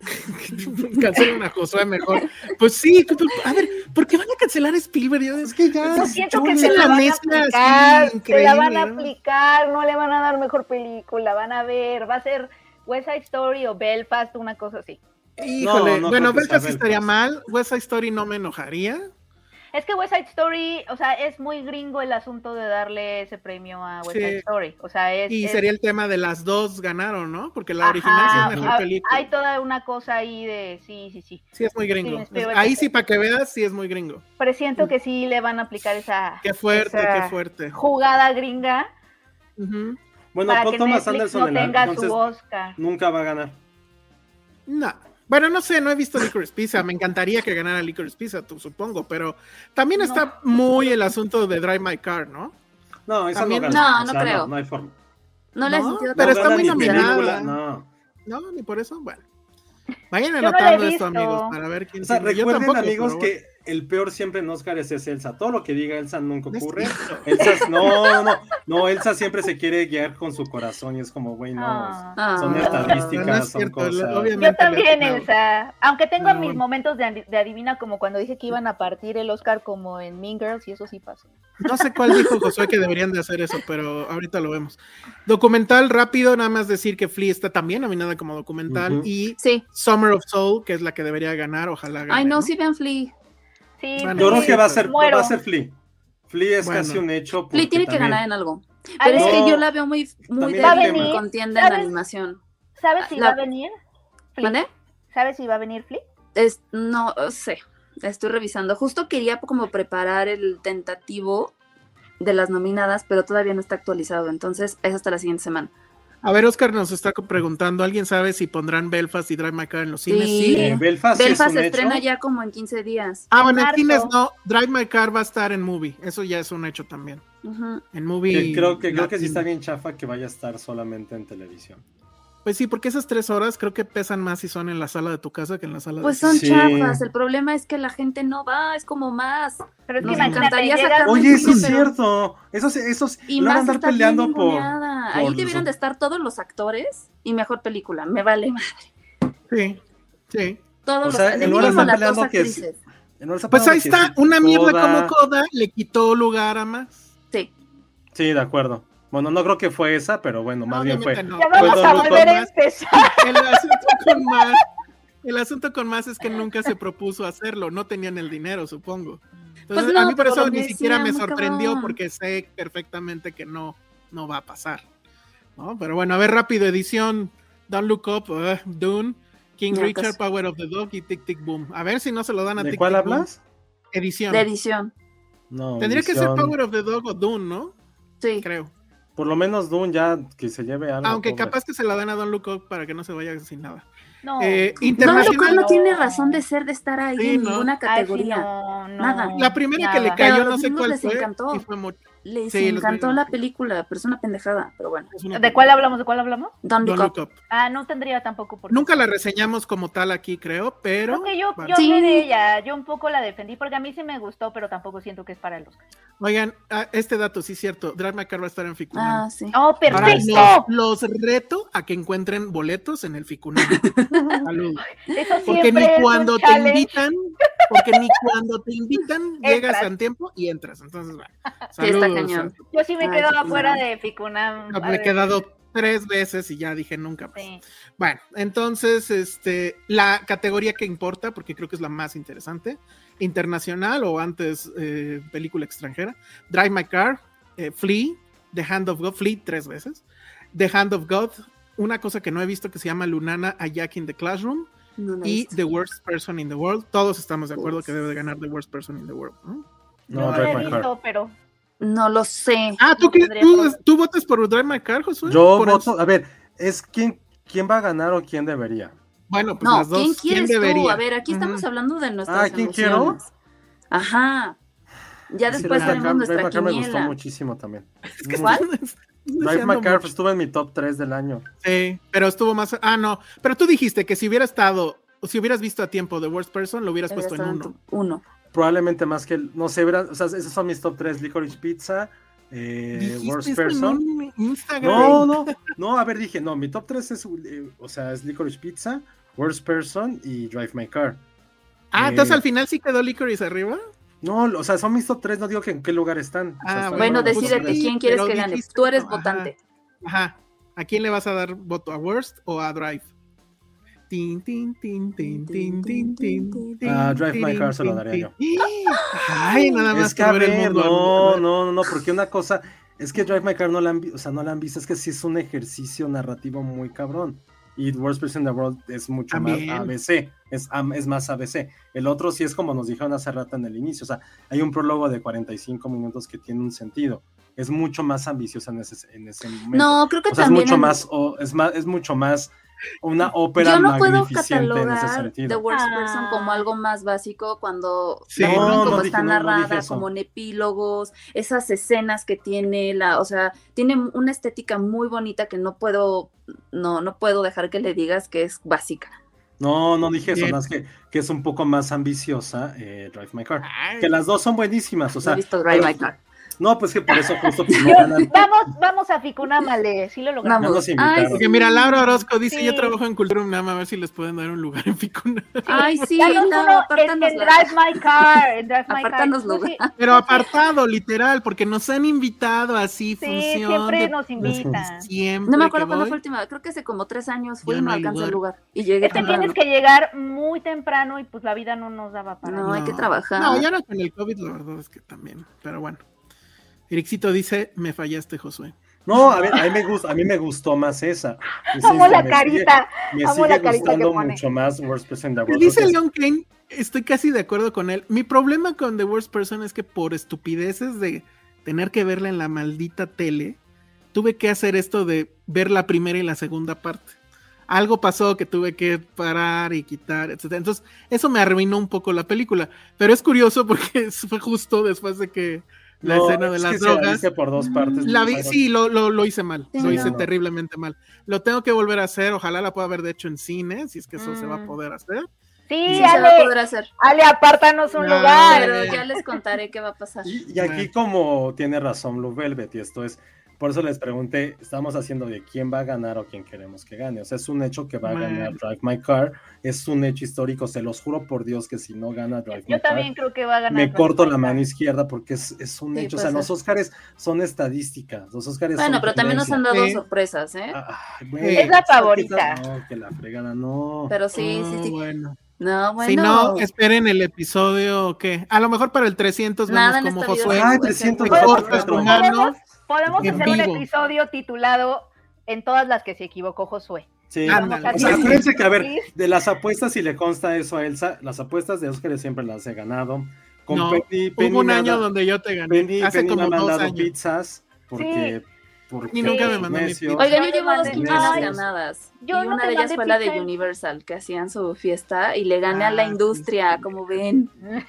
Cancelen a Josué mejor. Pues sí, tú- tú- a ver, ¿por qué van a cancelar a Spielberg? Yo- Es que ya. Yo siento que ponen se la van a mezcla así, aplicar, se la van a increíble, ¿no? aplicar, no le van a dar mejor película, van a ver, va a ser West Side Story o Belfast, una cosa así. Híjole, No, no bueno, creo que sea Belfast estaría Belfast. mal, West Side Story no me enojaría. Es que West Side Story, o sea, es muy gringo el asunto de darle ese premio a West Sí. Side Story. O sea, es. Y es- sería el tema de las dos ganaron, ¿no? Porque la Ajá, original sí es mejor ha- película. Hay toda una cosa ahí de. Sí, sí, sí. Sí es muy Sí, gringo. Spielberg Ahí es- sí, para que veas, sí es muy gringo. Pero siento que sí le van a aplicar esa. Qué fuerte, esa qué fuerte. Jugada gringa Ujú. Bueno, para Paul que Thomas Netflix Anderson no en la- tenga entonces, su Oscar. nunca va a ganar. No. Bueno, no sé, no he visto Licorice Pizza. Me encantaría que ganara Licorice Pizza, tú, supongo, pero también está muy el asunto de Drive My Car, ¿no? No, esa También- no gana. No, o no sea, creo. No, hay forma. No le he No, sentido Pero No está gana muy ni nominada. película, ¿eh? No. No, ni por eso, bueno. Vayan no la he anotando esto, visto. amigos, para ver quién O sea, tiene. Yo recuerden, tampoco, amigos, pero bueno. que el peor siempre en Oscar es, es Elsa. Todo lo que diga Elsa nunca No es ocurre. cierto. Elsa, no, no, no, no, Elsa siempre se quiere guiar con su corazón y es como, güey, no. Ah. Ah. Son estadísticas, No es son cierto, cosas. lo- Yo obviamente. Yo le también, atinaba. Elsa. Aunque tengo No, mis bueno. momentos de, adi- de adivina, como cuando dije que iban a partir el Oscar como en Mean Girls, y eso sí pasó. No sé cuál dijo Josué que deberían de hacer eso, pero ahorita lo vemos. Documental rápido, nada más decir que Flea está también nominada como documental Ujú. y Sí. Summer of Soul, que es la que debería ganar, ojalá gane. Ay, no, ¿no? sí vean Flea. Sí, Bueno, sí, creo que va a ser, muero. va a ser Flea. Flea es Bueno. casi un hecho. Flea porque tiene que también- ganar en algo. Pero es Ale, que yo la veo muy, muy También va a débil venir, en contienda en ¿sabes? animación. ¿Sabes si Ah, la- va a venir? Flip? ¿Vale? ¿Sabes si va a venir Flip? Es, no sé, estoy revisando. Justo quería como preparar el tentativo de las nominadas, pero todavía no está actualizado. Entonces es hasta la siguiente semana. A ver, Oscar nos está co- preguntando, ¿alguien sabe si pondrán Belfast y Drive My Car en los cines? Sí. Sí. Eh, Belfast, sí Belfast es un se estrena hecho. ya como en 15 días. Ah, bueno, en Marzo. cines no, Drive My Car va a estar en movie, eso ya es un hecho también. Ujú. En Que movie. creo que, creo que sí latín. está bien chafa que vaya a estar solamente en televisión. Pues sí, porque esas tres horas creo que pesan más si son en la sala de tu casa que en la sala Pues de son Sí. chafas. El problema es que la gente no va, es como más. Pero es Nos que imagínate, encantaría llegas- sacar- Oye, Oye, sí, eso es pero- cierto. Eso, sí- eso sí, Y lo van a más andar está bien peleando por. ninguneada. por Ahí los- debieron de estar todos los actores y mejor película. Me vale más. Sí, sí. Todos O los sea, en lugar de mínimo estar las dos peleando que sí. actrices. en Orsa Pues Padre, ahí que está, sí, una mierda Coda. como Coda le quitó lugar a más. Sí. Sí, de acuerdo. Bueno, no creo que fue esa, pero bueno, más bien fue. Obviamente no. Ya vamos Pues, a no, no, volver no, a no. empezar. El asunto con más. El asunto con más es que nunca se propuso hacerlo, no tenían el dinero, supongo. Entonces, Pues no, a mí por pero eso decía, ni siquiera me muy sorprendió cabrón. porque sé perfectamente que no, no va a pasar. ¿no? Pero bueno, a ver rápido, edición, Don't Look Up, eh, Dune, King Ya, Richard, casi. Power of the Dog y Tic Tic Boom. A ver si no se lo dan a ¿De Tic cuál Tic Boom. hablas? Edición. De edición. No. Tendría que ser visión. Power of the Dog o Dune, ¿no? Sí. Creo. Por lo menos Dune ya que se lleve algo. Aunque pobre. capaz que se la dan a Don Look Up para que no se vaya sin nada. No. Eh, Don internacional. Loco no No. tiene razón de ser, de estar ahí Sí, en ¿no? ninguna Ay, sí, categoría. no, no, Nada. La primera que le nada. cayó, Pero no los sé gringos cuál les fue. encantó. y fue mo- Les Sí, los encantó veo. la película, pero es una pendejada. Pero bueno, es una ¿De cuál hablamos? ¿De cuál hablamos? Don Don't Look Look Up. Up. Ah, no tendría tampoco por qué. Nunca la reseñamos como tal aquí, creo, pero. Creo que yo, Bueno. yo hablé Sí. de ella, yo un poco la defendí porque a mí sí me gustó, pero tampoco siento que es para el Oscar. Oigan, ah, este dato sí es cierto. Drive My Car va a estar en Ficunam. Ah, sí. ¡Oh, Ahora, perfecto! los, los reto a que encuentren boletos en el Ficunam. Salud. Eso Porque siempre ni es un cuando te challenge. invitan, porque ni cuando te invitan, llegas Entras. a tiempo y entras. Entonces, bueno. Sí, está Saludos. cañón. Yo sí me Ay, quedo Ficunam. afuera de Ficunam. No, pues, a me he ver, quedado tres veces y ya dije nunca más. sí. Bueno, entonces, este, la categoría que importa, porque creo que es la más interesante, internacional o antes eh, película extranjera, Drive My Car, eh, Flea, The Hand of God, Flea tres veces, The Hand of God, una cosa que no he visto que se llama Lunana a Jack in the Classroom No la he y visto. The Worst Person in the World. Todos estamos de acuerdo Uf. que debe de ganar The Worst Person in the World. ¿no? No, No, la Drive he My Car. visto, pero No lo sé. Ah, ¿tú, No qué- tendría tú- problema. tú votas por Drive My Car, Josué? Yo Por el- voto. A ver, es quién, quién va a ganar o quién debería. Bueno, pues No, las dos. ¿quién quieres tú? debería? A ver, aquí estamos Ujú. hablando de nuestras Ah, ¿quién quiero? emociones. Ajá. Ya Sí, después Drive My Car- tenemos Drive nuestra My Car me gustó quiniela. muchísimo también. Mm. Es que ¿Cuál? están- están Drive deseando My Car mucho. estuvo en mi top 3 del año. Sí, pero estuvo más. Ah, no. Pero tú dijiste que si hubiera estado, o si hubieras visto a tiempo The Worst Person, lo hubieras Debería puesto en estar en uno. tu- uno. Probablemente más que. el- No sé, verán, o sea, esos son mis top 3. Licorice Pizza, eh, Dijiste Worst esto en Person. un Instagram. No, no, no, a ver, dije, no, mi top 3 es, eh, o sea, es Licorice Pizza, Worst Person y Drive My Car. Ah, entonces Eh, al final sí quedó Licorice arriba. No, o sea, son mis top 3, no digo que en qué lugar están. O sea, Ah, están Bueno, en los pues decídete lugares. sí, quién quieres pero que gane. dijiste- Tú eres Ajá. votante. Ajá. ¿A quién le vas a dar voto? ¿A Worst o a Drive? Tin, tin, tin, tin, tin, tin, tin, tin, Ah, Drive My tin, Car se lo tin, daría tin. yo. Ay, nada más Es que a por ver el ver, mundo. no, no, no, no, porque una cosa, es que Drive My Car no la han, vi- o sea, no la han visto, es que sí es un ejercicio narrativo muy cabrón. Y Worst Person in the World es mucho También. más ABC, es, am- es más ABC. El otro sí es como nos dijeron hace rato en el inicio, o sea, hay un prólogo de 45 minutos que tiene un sentido. Es mucho más ambiciosa en ese, en ese momento. No, creo que O sea, es también. mucho en- más, o- es más, es mucho más una ópera Yo no puedo magnificente en ese catalogar The sentido. Worst Ah. Person como algo más básico cuando Sí. la No, forma en no cómo dije- está no, no dije narrada, eso. como en epílogos, esas escenas que tiene la, o sea, tiene una estética muy bonita que no puedo, no, no puedo dejar que le digas que es básica. No, no dije eso, Bien. nada más que, que es un poco más ambiciosa eh, Drive My Car. Ay. Que las dos son buenísimas, o No sea. he visto Drive pero- My Car. No, pues que por eso justo pues, no Yo- ganan. vamos, vamos a Ficunam, Ale, sí lo logramos. Vamos. nos Ay, invitaron. Porque mira, Laura Orozco dice, yo Sí. trabajo en Cultura UNAM, a ver si les pueden dar un lugar en Ficuna. Ay, sí, Ya no, no, uno en, apártanos en la- Drive My Car, en Drive My Car. Apártanos Tú sí- Pero apartado, literal, porque nos han invitado así, Sí, función. siempre de- nos invitan. siempre No me acuerdo que cuándo voy. fue la última, creo que hace como tres años fui Ya y no, no hay alcancé el lugar. lugar. Y llegué Es que tienes temprano. que llegar muy temprano y pues la vida no nos daba para No, eso. hay que trabajar. No, ya no con el COVID, la verdad es que también, pero bueno. Ericito dice, me fallaste, Josué. No, a, ver, a, mí me gusta, a mí me gustó más esa. Es Amo esa, la carita. Sigue, me Amo sigue la carita gustando que pone. mucho más Worst Person in the Pero World. dice Creo que Leon Kane, estoy casi de acuerdo con él. Mi problema con The Worst Person es que por estupideces de tener que verla en la maldita tele, tuve que hacer esto de ver la primera y la segunda parte. Algo pasó que tuve que parar y quitar, etc. Entonces, eso me arruinó un poco la película. Pero es curioso porque fue justo después de que la no, escena de es las que se drogas. hice por dos partes. La vi, o sea, sí, lo, lo, lo hice mal. Sí, lo hice no. terriblemente mal. Lo tengo que volver a hacer. Ojalá la pueda haber de hecho en cine, si es que eso se va a Mm. poder hacer. Sí, Sí, se va a Ale, poder hacer. Ale, apártanos un No, lugar. Pero ya les contaré qué va a pasar. Y, y aquí como tiene razón Blue Velvet, y esto es, por eso les pregunté, estamos haciendo de quién va a ganar o quién queremos que gane. O sea, es un hecho que va a Man. ganar Drive My Car, es un hecho histórico, se los juro por Dios que si no gana Drive My Yo Car, también creo que va a ganar. me Ron corto la Howard. mano izquierda porque es, es un Sí, hecho. O sea, puede los ser. Óscares son estadísticas, los Óscares Bueno, son pero también nos han tendencia. dado Sí. sorpresas, ¿eh? Ah, ay, güey, Es la esta- favorita. No, que la fregada, no. Pero sí, sí, Ah, Oh, sí. bueno. No, bueno. Si no, esperen el episodio que a lo mejor para el 300 Nada en vemos como esta vida Josué. es Ay, muy 300 sencillo. mejor. cortas tu mano. Podemos, podemos En hacer un vivo. episodio titulado En todas las que se equivocó Josué. Sí. Ándale. O sea, Sí. acuérdense que, a ver, Sí. de las apuestas, si le consta eso a Elsa, las apuestas de Óscar siempre las he ganado. Con No, Penny, Penny Hubo un me ha año da- donde yo te gané. Penny, hace Penny me como ha dos mandado años. pizzas porque, porque Y nunca me mandó mi necio. pizza. Oigan, yo No le llevo dos mandé quincenas nada. ganadas. Yo y no una te de ellas mandé fue la de pizza. Universal, que hacían su fiesta, y le gané a Ah, la sí, industria, sí. como ven.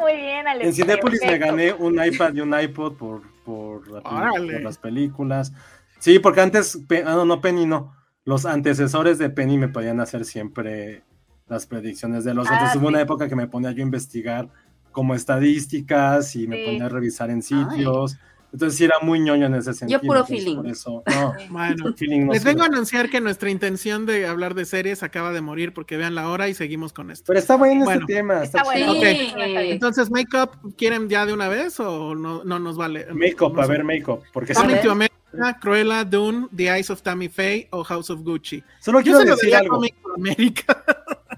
Muy bien, Ale. En Cinépolis me perfecto. gané un iPad y un iPod por, por, la peli- Órale. por las películas. Sí, porque antes, Pe- ah, no, no, Penny no. Los antecesores de Penny me podían hacer siempre las predicciones de los Ah, otros. Hubo una sí. época que me ponía yo a investigar como estadísticas y me Sí. ponía a revisar en sitios. Entonces sí era muy ñoño en ese sentido. puro entonces, feeling. Por eso, no, Bueno, feeling no les vengo a sirve. anunciar que nuestra intención de hablar de series acaba de morir porque vean la hora y seguimos con esto. Pero está bueno, Bueno, este tema. Está Está bueno. Ok. está bien. Entonces, make up, ¿quieren ya de una vez o no, no nos vale? Make-up, No a sé. ver, make-up. Porque A solo, Coming ver. to America, Cruella, Dune, The Eyes of Tammy Faye o House of Gucci. solo Yo quiero se lo decir diría a algo. Coming to America.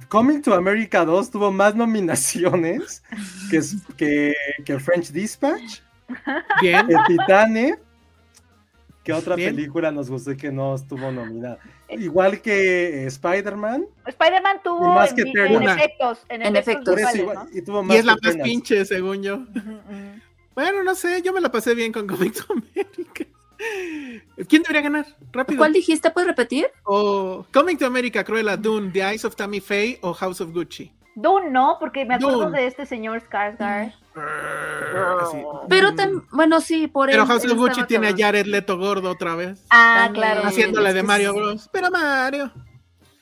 Coming to America 2 tuvo más nominaciones que, que, que French Dispatch, Bien. que Titane, que otra Bien. película nos gustó y que no estuvo nominada. Igual que eh, Spider-Man, Spider-Man tuvo Y más que en, en Eterna. efectos. En, En efectos. efectos. por eso visuales, igual- y tuvo más Y es la que más Tenet. pinche, según yo. ¿no? Ujú, ujú. Bueno, no sé, yo me la pasé bien con Coming to America. ¿Quién debería ganar? Rápido. ¿Cuál dijiste? ¿Puedes repetir? O Coming to America, Cruella, Dune, The Eyes of Tammy Faye o House of Gucci. Dune, ¿no? Porque me acuerdo Dune. de este señor Skarsgård. Así. Pero tam- bueno, sí, por Mm. Pero él- House él of Gucci estaba tiene a cabrón. Jared Leto gordo otra vez. Ah, También. claro. haciéndole es de que Mario sí. Bros. Pero Mario.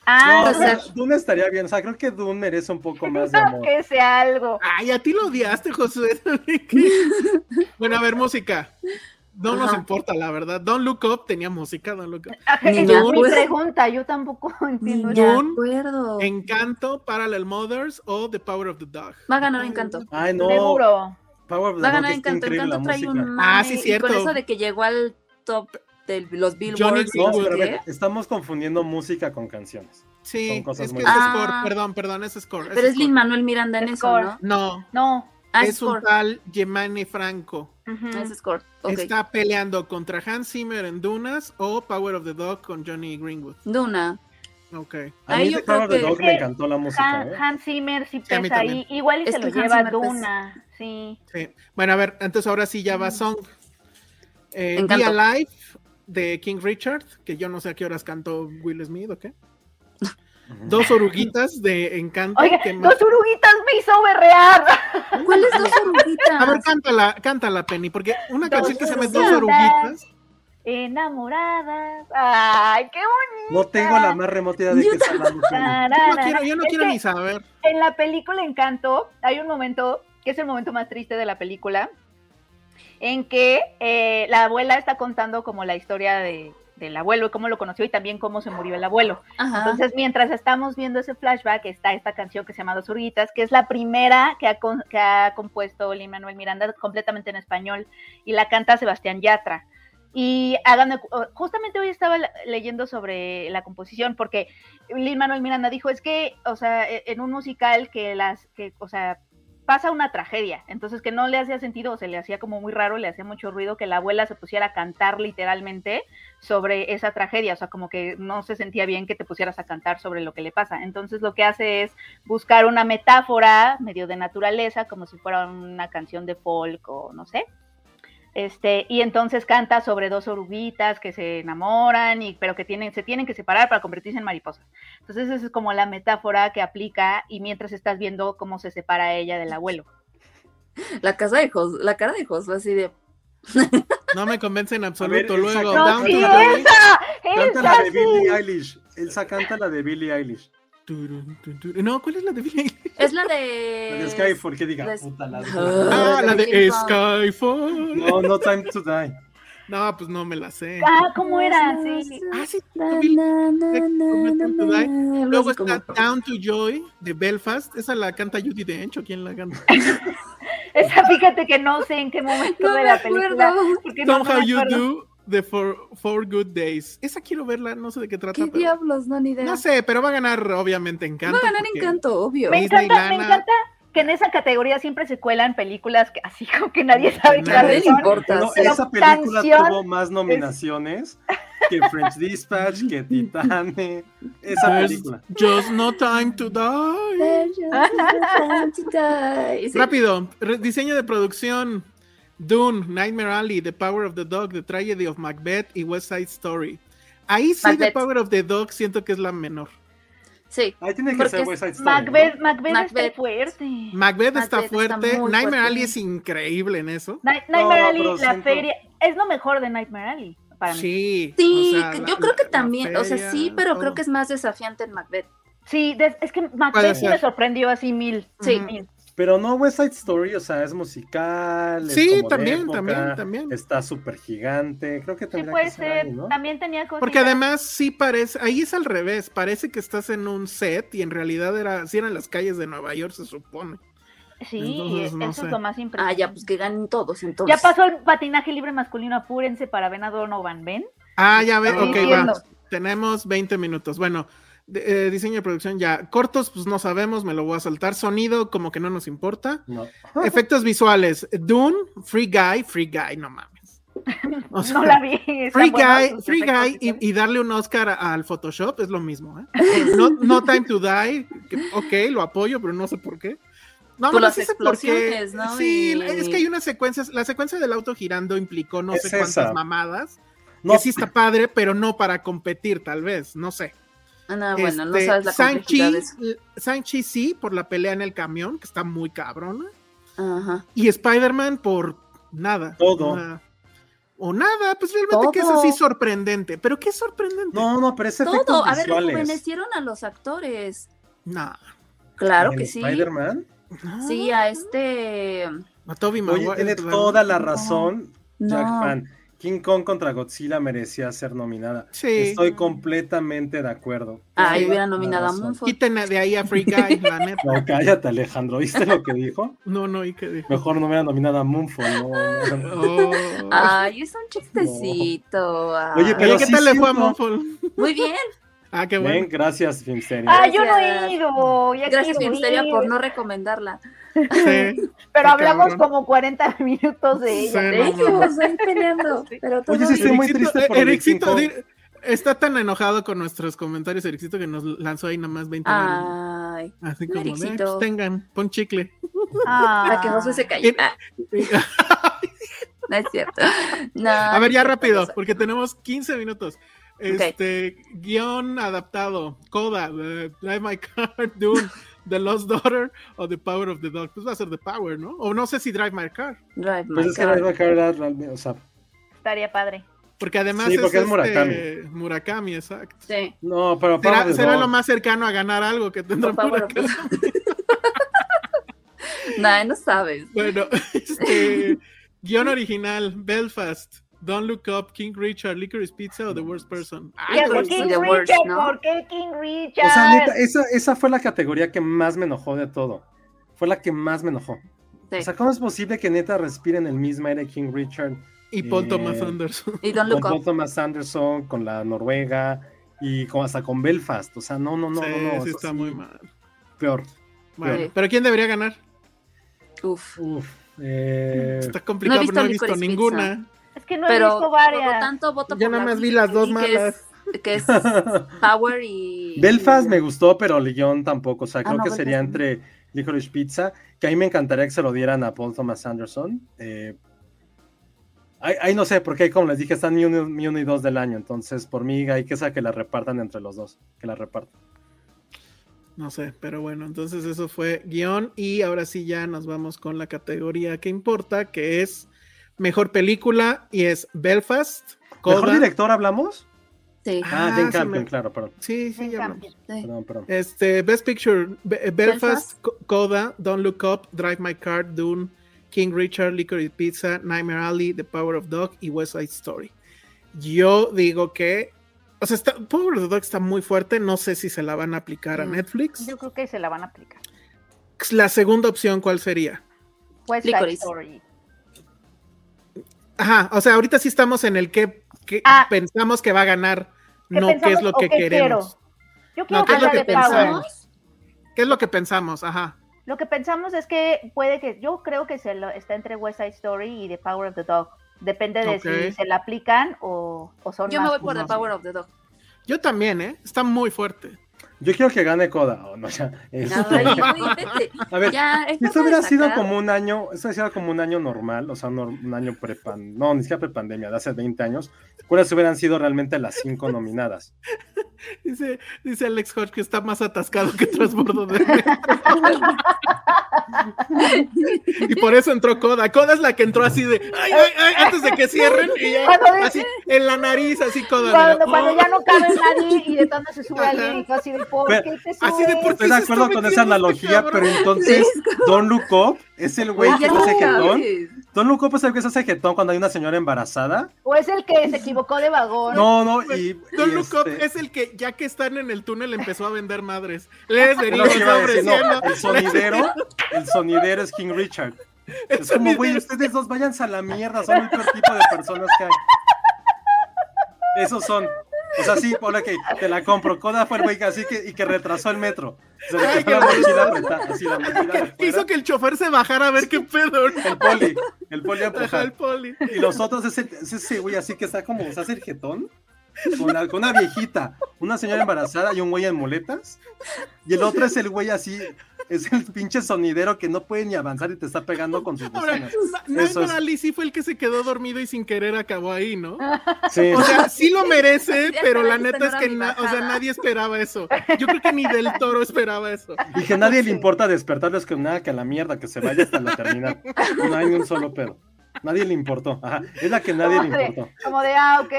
Ah, No, Puede Dune- ser. Dune estaría bien. O sea, creo que Dune merece un poco más de amor. que sea algo. Ay, a ti lo odiaste, Josué. bueno, a ver, música. No nos Ajá. importa, la verdad. Don't Look Up tenía música, Don't Look Up. Ajá, Ni esa me es mi acuerdo. pregunta, yo tampoco entiendo. Ni nada. me Dune. acuerdo. Encanto, Parallel Mothers o The Power of the Dog. Va a ganar Encanto. Ay, no. Seguro. Power of Va a the Dog ganar está Encanto. increíble la Encanto trae música. un Ah, mame, sí, y cierto. con eso de que llegó al top de los Johnny Billboards. No, Good, pero a ver, ¿eh? estamos confundiendo música con canciones. Sí, Son cosas es que muy es score. diferentes. Perdón, perdón, es score. es Pero es score. Lin Manuel Miranda en eso, Score. ¿no? No, No. Ah, es un Score. tal Gemani Franco. Ujú. Ah, Es Score. Ok. Está peleando contra Hans Zimmer en Dunas o Power of the Dog con Johnny Greenwood. Duna. Ok. A Ahí mí yo de Power creo of the que- Dog me encantó la música. Han, ¿eh? Hans Zimmer sí Sí, a mí pesa ahí. también. Igual y Es se lo que Hans lleva Zimmer pesa. Duna. Sí. Sí. Bueno, a ver, entonces ahora sí ya va Song. Eh, Be Encanto. Alive de King Richard, que yo no sé a qué horas cantó Will Smith o qué. Dos oruguitas de Encanto. Oiga, que más- dos uruguitas me hizo berrear. ¿Cuáles dos oruguitas? A ver, cántala, cántala, Penny, porque una Dos canción que se llama Dos oruguitas. oruguitas. Enamoradas. Ay, qué No tengo la más remota idea de Yo qué está hablando. Penny. bonita. Yo no quiero, yo no Es quiero que ni saber. En la película Encanto hay un momento que es el momento más triste de la película, en que eh, la abuela está contando como la historia de- del abuelo, cómo lo conoció y también cómo se murió el abuelo. Ajá. Entonces, mientras estamos viendo ese flashback, está esta canción que se llama Dos Urguitas, que es la primera que ha, con- que ha compuesto Lin Manuel Miranda completamente en español y la canta Sebastián Yatra. Y hagan, de cu- o- justamente hoy estaba le- leyendo sobre la composición, porque Lin Manuel Miranda dijo: es que, o sea, e- en un musical que las, que, o sea, pasa una tragedia, entonces que no le hacía sentido o se le hacía como muy raro, le hacía mucho ruido que la abuela se pusiera a cantar literalmente sobre esa tragedia, o sea, como que no se sentía bien que te pusieras a cantar sobre lo que le pasa. Entonces lo que hace es buscar una metáfora medio de naturaleza, como si fuera una canción de folk o no sé. Este, y entonces canta sobre dos oruguitas que se enamoran y pero que tienen se tienen que separar para convertirse en mariposas. Entonces esa es como la metáfora que aplica y mientras estás viendo cómo se separa ella del abuelo. La casa de Jos- la cara de Josué así de No me convence en ver, absoluto. exacto. Luego, No, Downton sí, Abbey. Canta la de Billie Eilish. Elsa canta la de Billie Eilish. Turun, tun, turun. No, ¿cuál es la de Billie Eilish? es la La de de Skyfall, que diga, Les- puta la Ah. Ah, la de Pink Skyfall. No, no time to die. No, pues no me la sé. Ah, ¿cómo era? Sí. Ah, sí, Na, Billie na, na, Eilish, na, na, Come to na, algo Luego así como- está Down to Joy de Belfast. Esa la canta Judy Dench o quién la canta. Esa, fíjate que no sé en qué momento No de me la película. acuerdo. porque no, no Somehow me You acuerdo. Do de Four, Four Good Days. Esa quiero verla, no sé de qué trata. ¿Qué pero- diablos? No, ni idea. No sé, pero va a ganar obviamente Encanto. Va a ganar porque- encanto, obvio. Me Disney encanta, me gana. encanta que en esa categoría siempre se cuelan películas que así como que nadie sabe nadie cuáles le son. importa. Corta, No, sí. esa Pero película canción tuvo más nominaciones que French Dispatch, que Titane. Esa There's película. Just No Time to Die. There's just no time to die. Sí. Rápido, re- diseño de producción. Dune, Nightmare Alley, The Power of the Dog, The Tragedy of Macbeth y West Side Story. Ahí sí, The Macbeth. Power of the Dog siento que es la menor. Sí. Ahí tiene que Porque ser es West Side Story. Macbeth, Macbeth, Macbeth. está fuerte. Macbeth, está Macbeth está fuerte, muy Nightmare fuerte. Alley es increíble en eso. Night- Nightmare No, Alley, pero la siento- feria, es lo mejor de Nightmare Alley para mí. Sí, Sí, o sea, que la- yo creo que la- la también, o sea, feria, sí, pero creo todo. que es más desafiante en Macbeth. Sí, des- es que Macbeth sí ser. me sorprendió así mil. Sí. mil. Pero no West Side Story, o sea, es musical. es Sí, como de también, época, también, también. Está súper gigante. Creo que Sí, tendría puede que ser. ser. ahí, ¿no? También tenía cosas. Porque además sí parece, ahí es al revés, parece que estás en un set y en realidad era, sí eran las calles de Nueva York, se supone. Sí, entonces, no eso sé. es lo más Ah, impresionante. ya, pues que ganen todos entonces. Ya pasó el patinaje libre masculino, apúrense para ver a Donovan, ¿ven? Ah, ya ves, Estoy ok, diciendo. va. Tenemos 20 minutos. Bueno, de- eh, diseño de producción ya. Cortos, pues no sabemos, me lo voy a saltar. Sonido, como que no nos importa. No. Efectos visuales, Dune, Free Guy, Free Guy, no mames. O sea, No la vi. están Free buenos Guy, sus Free efectos Guy visuales. y, y darle un Oscar a- al Photoshop es lo mismo. ¿eh? No, no Time to Die, que, ok, lo apoyo, pero no sé por qué. No, Por no las sé si por qué. explosiones, ¿no? Sí, Y- la- es que hay unas secuencias. La secuencia del auto girando implicó no Es sé cuántas esa. mamadas. No. Que sí está padre, pero no para competir, tal vez, no sé. Ah, no, bueno, no Este, sabes la Shang-Chi- complejidad de eso. Shang-Chi sí, por la pelea en el camión, que está muy cabrona. Ajá. Y Spider-Man por nada. Todo. Una- o nada, pues realmente que es Todo. así sorprendente. ¿Pero qué es sorprendente? No, no, pero es Este efectos Todo, a ver, visuales. rejuvenecieron a los actores. No. Claro En que sí. Ah. Spider-Man. No. Sí, a este. A Tobey Oye, Maguire, tiene claro. toda la razón Jack No. Fan. King Kong contra Godzilla merecía ser nominada. Sí. Estoy completamente de acuerdo. Ay, Tienes toda la hubiera nominado a razón. Mumford. Quiten de ahí a Free Guy, la neta. No, cállate, Alejandro. ¿Viste lo que dijo? No, no, y qué dijo. Mejor no hubiera nominado a Mumford. no, no, no. Oh. Ay, es un chistecito. ay. Oye, Oye, pero ¿qué sí tal le fue a siento- Monfort? Muy bien. Ah, qué bueno. Ven, gracias, Filmsteria. Ah, yo no Gracias. he ido. Ya Gracias, quiero Ministeria, ir. por no recomendarla. Sí. Pero Qué hablamos cabrón. como 40 minutos de Sí, ella. no, no, no. Ellos ahí peleando. Pero todo Oye, sí, estoy bien. muy triste por Ericito, Ericito. di- está tan enojado con nuestros comentarios, Ericito, que nos lanzó ahí nomás 20 dólares. Ay, Así como, de, Ah, Ericito. pues tengan, pon chicle. Ah. para que Josué se calle. Eh, Ah, no es cierto. No, A ver, ya no es cierto, rápido, Josué. porque tenemos 15 minutos. Este, guión adaptado, Coda, eh, Drive My Car, Dune, The Lost Daughter o The Power of the Dog. Pues va a ser The Power, ¿no? O no sé si Drive My Car, Drive my Pues es que car. la iba a cargar realmente, o sea, Estaría padre. porque además Sí, porque es este, Murakami, exacto. Sí. no, pero Power Será, of the será Dog. lo más cercano a ganar algo que tendrá Por favor, Murakami. Nada, no sabes. Bueno, este guión original, Belfast, Don't Look Up, King Richard, Licorice Pizza o The Worst Person. ah, Ay, Ya, pero ¿por es qué The King Worst, Richard? ¿no? ¿Por qué King Richard? O sea, neta, esa, esa fue la categoría que más me enojó de todo. Fue la que más me enojó. Sí. O sea, ¿cómo es posible que neta respiren el mismo aire King Richard y Paul eh, Thomas Anderson. Y Don con Luco. Paul Thomas Anderson, con la Noruega y con, hasta con Belfast? O sea, no, no, no, sí, no, no, sí eso está sí, muy mal. peor. Bueno, Sí. pero ¿quién debería ganar? Uf. Uf, eh, Está complicado, visto pero no he licores visto pizza. ninguna. Es que no he Pero visto por lo varias. tanto voto Ya por nada la más vi las dos y malas. Que es, que es Power y. Belfast me gustó, pero el guión tampoco. O sea, creo Ah, no, que Belfast sería no. entre Licorice Pizza, que a mí me encantaría que se lo dieran a Paul Thomas Anderson. Eh, ahí, ahí no sé, porque ahí, como les dije, están mi uno, mi uno y dos del año. Entonces, por mí, hay que esa que la repartan entre los dos. Que la repartan. No sé, pero bueno, entonces eso fue guión. Y ahora sí ya nos vamos con la categoría que importa, que es mejor película y es Belfast. ¿Mejor Coda. director hablamos? Sí. Ah, Ah, Jane se Campion, me- claro, perdón. Sí, sí, En ya cambio. hablamos. sí. Perdón, perdón. Este, Best Picture, Be- Belfast, Belfast. Co- Coda, Don't Look Up, Drive My Car, Dune, King Richard, Licorice Pizza, Nightmare Alley, The Power of Dog y West Side Story. Yo digo que, o sea, está, Power of the Dog está muy fuerte, no sé si se la van a aplicar a Mm. Netflix. Yo creo que se la van a aplicar. La segunda opción, ¿cuál sería? West Side Licorice. Story. Ajá, o sea, ahorita sí estamos en el que, que Ah. pensamos que va a ganar, ¿Qué no qué es pensamos lo o que qué queremos. Yo quiero No, que ¿qué es lo la que de Power. pensamos? ¿Qué es lo que pensamos? Ajá. Lo que pensamos es que puede que, yo creo que se lo, está entre West Side Story y The Power of the Dog. Depende de Ok. si se la aplican o, o son Yo me más voy por The no. Power of the Dog. Yo también, ¿eh? Está muy fuerte. Yo quiero que gane Coda. o no, ya, este, Ay, güey, vete. a ver, Ya, es Si esto cosa hubiera sido destacada. como un año, esto hubiera sido como un año normal, o sea, un, nor- un año prepan, no, ni siquiera prepandemia, de hace 20 años, ¿cuáles hubieran sido realmente las cinco nominadas? Dice, dice Alex Hodge que está más atascado que transbordo de E. Y por eso entró Coda. Coda es la que entró así de ay, ay, ay, antes de que cierren y ya Cuando dice- así en la nariz, así Coda. Cuando, de, cuando "Oh". ya no cabe nadie y de tanto se sube Ajá. alguien y tú así de por Pero, qué te subes? así de por qué Estoy de se está acuerdo con esa metiendo este analogía, cabrón? pero entonces Don Luco es el güey que se hace jetón. Don Luco es el que se hace jetón cuando hay una señora embarazada. O es el que se equivocó de vagón. No, no, y. pues, Don y Look Up este, es el que, ya que están en el túnel, empezó a vender madres. Les es venimos lo que iba a decir, no, ofreciendo. el sonidero, el sonidero es King Richard. El Es como, güey, sonidero. ustedes dos váyanse a la mierda, son el peor tipo de personas que hay. Esos son. O sea, sí, hola, que te la compro. Coda fue el güey que así que, y que retrasó el metro. Se le Ay, quedó la qué mochila apretada, así la mochila de Que hizo fuera. que el chofer se bajara a ver qué pedo. ¿no? El poli, el poli Ajá, el empujar. poli. Y los otros, ese, ese, ese güey así que está como, o sea, es el jetón. Con, la- con una viejita, una señora embarazada y un güey en muletas. Y el otro es el güey así, es el pinche sonidero que no puede ni avanzar y te está pegando con sus Ahora, bocinas. Eso Nightmare es. Alley sí fue el que se quedó dormido y sin querer acabó ahí, ¿no? Sí. O sea, sí lo merece, Ya pero la sabes, esta neta no es era que mi na- o sea, bajada. nadie esperaba eso. Yo creo que ni Del Toro esperaba eso. Y que a nadie le importa despertarles con nada que a la mierda, que se vaya hasta la terminal. No hay ni un solo pedo. Nadie le importó. Ajá. Es la que nadie como, le de, importó. como de, ah, ok.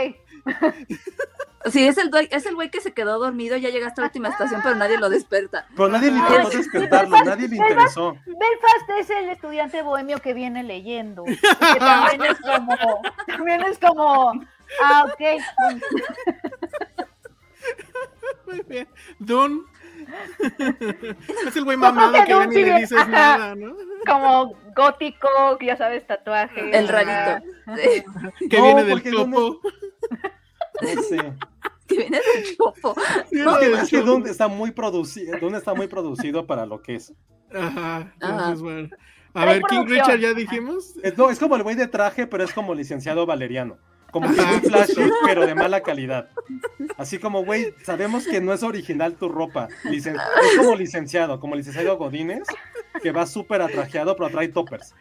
Sí, es el, due- es el güey que se quedó dormido, ya llegaste a la última estación, pero nadie lo desperta. Pero nadie le Ay, importó despertarlo, nadie le interesó. Belfast es el estudiante bohemio que viene leyendo. y Que también es como, también es como, ah, ok. Muy bien. Dune. Es el güey Yo creo mamado que que ya Dune ni sí le viene- dices Ajá. nada, ¿no? Como gótico, ya sabes, tatuaje. El rarito. Sí, Que No, viene del porque Dune topo. No sé. que viene del chopo. Es que, es que Dune está muy producido, Dune está muy producido para lo que es. Ajá. Ajá. entonces, bueno. A Trae ver, King producción. Richard ya dijimos. Es, no, es como el güey de traje, pero es como licenciado valeriano. Como que es Ajá. muy flashy, pero de mala calidad. Así como, güey, sabemos que no es original tu ropa. Licen- es como licenciado, como licenciado Godínez, que va súper atrajeado, pero trae toppers.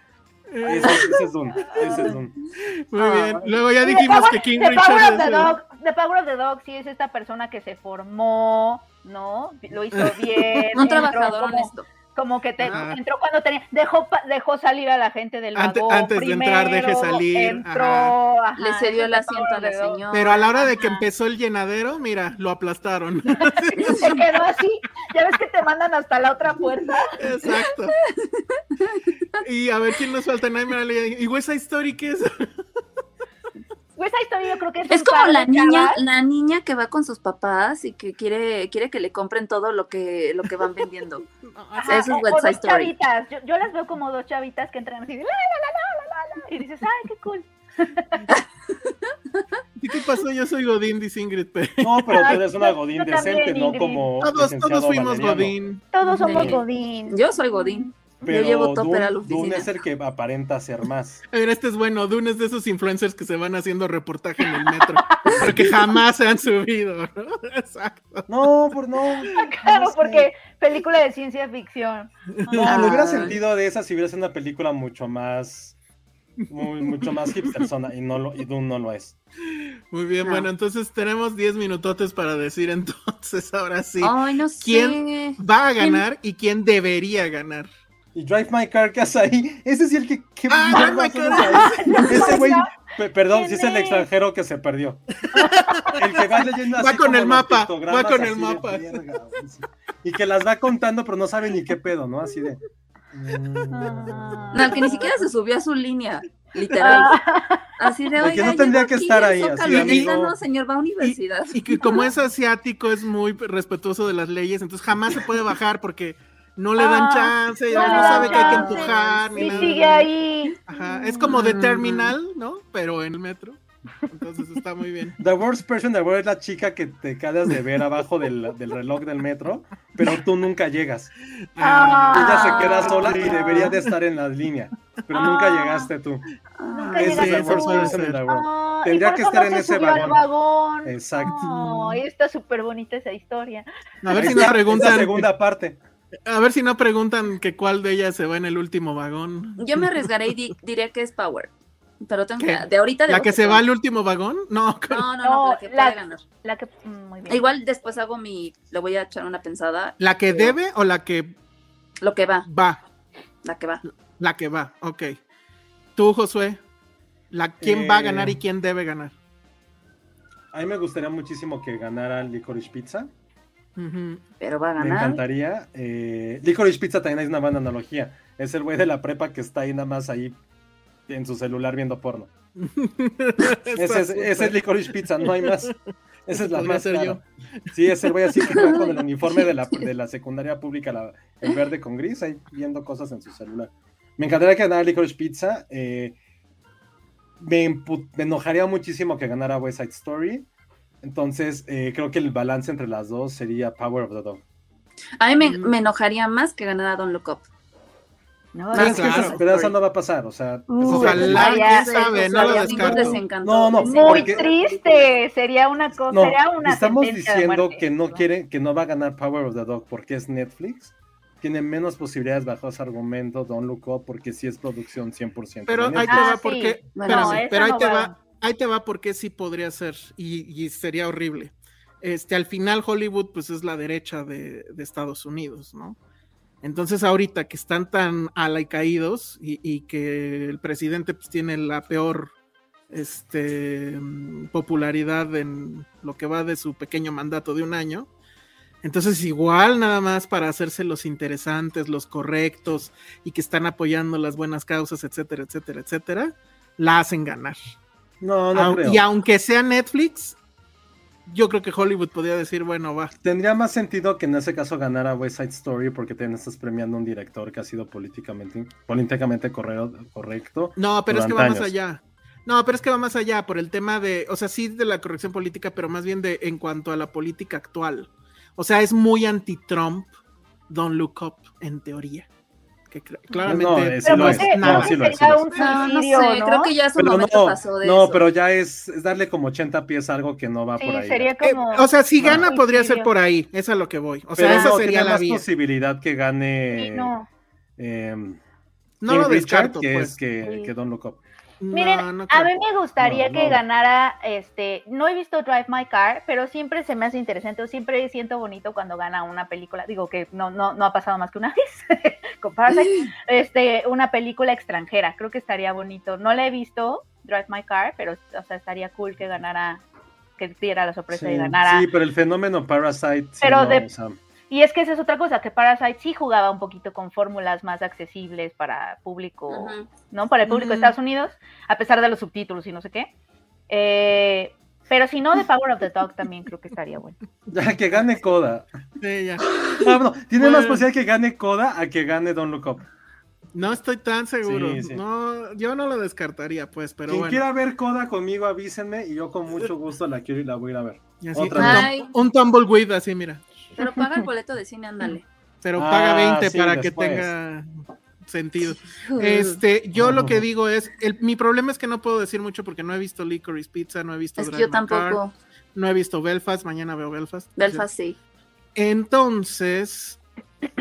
Eh, Ese, es- ese es Dune. ese es Dune. Muy bien. Luego ya Sí, dijimos Power- que King The Power Richard of the es el- Dog, The Power of the Dog sí es esta persona que se formó, ¿no? Lo hizo bien. Un entró trabajador como- honesto. Como que te, Ajá. entró cuando tenía, dejó, pa- dejó salir a la gente del Ante- vagón antes de entrar, primero, deje salir, Entró, ajá, Le cedió ese el es The asiento Power a la of the Dog. señora. Pero a la hora de que empezó el llenadero, mira, lo aplastaron. Se quedó así, ya ves que te mandan hasta la otra puerta. Exacto. Y a ver quién nos falta Nightmare Alley. ¿Y West Side Story qué es? Pues esa historia yo creo que es, Es un como par de la niña, chavas. la niña que va con sus papás y que quiere, quiere que le compren todo lo que, lo que van vendiendo. Ajá, Eso es o- West o Side dos Story. chavitas. Yo, yo las veo como dos chavitas que entran así, de la, la, la, la, la, la, la, y dices, ay, qué cool. ¿Y qué pasó? Yo soy Godín, dice Ingrid Pérez. No, pero tú eres una Yo- Godín yo también, decente, no Ingrid. como. Todos, Oh, licenciado todos fuimos valeriano. Godín. Todos somos Sí. godín. Yo soy Godín. Pero llevo topper Dune- a la oficina. Dune es el que aparenta ser más. A ver, este es bueno. Dune es de esos influencers que se van haciendo reportaje en el metro, pero que jamás se han subido, ¿no? Exacto. No, pues no. Claro, no sé. porque película de ciencia ficción. No, no hubiera Ay. sentido de esa si hubiera sido una película mucho más. muy- mucho más hipsterzona. Y, no lo, y Dune no lo es. Muy bien, No. bueno, entonces tenemos 10 minutotes para decir entonces, ahora sí, Ay, no ¿Quién? sé. va a ganar y quién debería ganar. Y Drive My Car, ¿qué hace ahí? Ese sí el que. ¿qué Ah, mierda Drive My hace Car. ahí? Ese güey. pe- Perdón, ¿Quién si es el es? extranjero que se perdió. El que va leyendo así Va con como el los mapa, pictogramas va con así el de mapa. verga, güey, sí. Y que las va contando, pero no sabe ni qué pedo, ¿no? Así de. Ah. No, el que ni siquiera se subió a su línea, literal. Ah, Así de, El que oiga, no yo tendría no que aquí estar en ahí, así Zócalo, de, amigo. diga, no, señor, va a universidad. Y que como es asiático, es muy respetuoso de las leyes, entonces jamás se puede bajar porque no le dan Ah, chance, y no no, le dan sabe que hay que chance. empujar. Ah, ni y nada. sigue ahí. Ajá, Es como de Mm. terminal, ¿no? Pero en el metro. Entonces está muy bien. The worst person in the world es la chica que te quedas de ver abajo del, del reloj del metro, pero tú nunca llegas. Ella Ah. se queda sola y debería de estar en la línea, pero nunca llegaste tú. Ah, Nunca Ese llegaste es the worst tú. person in the world. Ah, y Tendría por que eso estar no en se ese subió al vagón. vagón. Exacto. Ay, está súper bonita esa historia. A ver Ahí si está, no es la preguntan. segunda parte. A ver si no preguntan que cuál de ellas se va en el último vagón. Yo me arriesgaré y di- diré que es Power. Pero tengo ¿Qué? que- de ahorita de ¿La que se va bofetón. al último vagón? No, No, no, no, No, la que la- puede ganar. E La que. mm, Muy bien. Igual después hago mi. Le voy a echar una pensada. ¿la que debe o la que Lo que va, va? la que va. La que va, ok. Tú, Josué, la, ¿quién va a ganar Eh. y quién debe ganar? A mí me gustaría muchísimo que ganara Licorice Pizza. Ujú. Pero va a Me ganar. encantaría. Eh, Licorice Pizza también es una buena analogía. Es el güey de la prepa que está ahí nada más ahí en su celular viendo porno. Ese es, ese es Licorice Pizza, no hay más. Esa es la Podría más ser clara. yo. Sí, ese güey así que va con el uniforme de la, de la secundaria pública, la, el verde con gris, ahí viendo cosas en su celular. Me encantaría que ganara Licorice Pizza. eh, me, empu- me enojaría muchísimo que ganara West Side Story. Entonces, eh, creo que el balance entre las dos sería Power of the Dog. A mí me, me enojaría más que ganara Don Look Up. No, Ah, Pero es que claro. esa esperanza no va a pasar, o sea, Uh, esa es la Ojalá, Ay, realidad. quién ya, sabe, Eso no lo sería un descarto. desencanto, No, no, desencanto. Muy porque- triste. Sería una cosa. No, sería una estamos sentencia de diciendo muerte. que no quieren, que no va a ganar Power of the Dog porque es Netflix. Tiene menos posibilidades bajo ese argumento, Don Look Up, porque sí es producción 100%. Pero de ahí te Netflix. Ah, va sí. porque. Bueno, espérame, no, esa pero ahí no te va. va. Ahí te va porque sí podría ser y, y sería horrible. Este, al final Hollywood pues es la derecha de, de Estados Unidos, ¿no? Entonces ahorita que están tan alaicaídos y, y que el presidente pues tiene la peor este, mm, popularidad en lo que va de su pequeño mandato de un año, entonces igual nada más para hacerse los interesantes, los correctos y que están apoyando las buenas causas, etcétera, etcétera, etcétera, la hacen ganar. No, no Au- creo. Ah, y aunque sea Netflix, yo creo que Hollywood podría decir, bueno, va. Tendría más sentido que en ese caso ganara West Side Story porque te estás premiando a un director que ha sido políticamente, políticamente correo- correcto. No, pero es que va Durante más años. allá. No, pero es que va más allá por el tema de, o sea, sí de la corrección política, pero más bien de en cuanto a la política actual. O sea, es muy anti-Trump, Don't Look Up, en teoría. Que cl- claramente. No, es- Pero sí lo creo es, que- no, creo que sí lo es, sí sería lo es. un No, no suicidio, sé, ¿no? creo que ya su Pero no, momento pasó de no, eso. pero ya es, es darle como 80 pies a algo que no va Ah, por Sí, ahí. sería Eh, como. o sea, si gana No. podría ser por ahí, es a lo que voy. O sea, Pero esa no, sería tiene la más vía. posibilidad que gane. Sí, eh, no. em, No King lo Richard, descarto, que pues. es que, Sí. que Don't Look Up. No, Miren, no creo. a mí me gustaría No, que no. ganara, este, no he visto Drive My Car, pero siempre se me hace interesante o siempre siento bonito cuando gana una película, digo que no, no, no ha pasado más que una vez, con Parasite, este, una película extranjera, creo que estaría bonito. No la he visto, Drive My Car, pero, o sea, estaría cool que ganara, que diera la sorpresa de ganara. sí, pero el fenómeno Parasite. sí, Pero no, de- o sea, Y es que esa es otra cosa, que Parasite sí jugaba un poquito con fórmulas más accesibles para público Ujú. ¿no? Para el público de Ujú. Estados Unidos, a pesar de los subtítulos y no sé qué. Eh, pero si no, The Power of the Dog también creo que estaría bueno. ya que gane Coda. Sí, ya. No, no, tiene más Bueno. posibilidad que gane Coda a que gane Don't Look Up. No estoy tan seguro. Sí, sí. No, yo no lo descartaría, pues, pero Quien bueno. quiera ver Coda conmigo, avísenme y yo con mucho gusto la quiero y la voy a ir a ver. Y así, otra un vez. tum- Ay. un tumbleweed así, mira. Pero paga el boleto de cine, ándale. Pero Ah, paga 20 sí, para que después. tenga. sentido. Este, yo lo que digo es, el- mi problema es que no puedo decir mucho porque no he visto Licorice Pizza, no he visto Es que Drive yo My Car, tampoco. no he visto Belfast, mañana veo Belfast. Belfast sí. Entonces,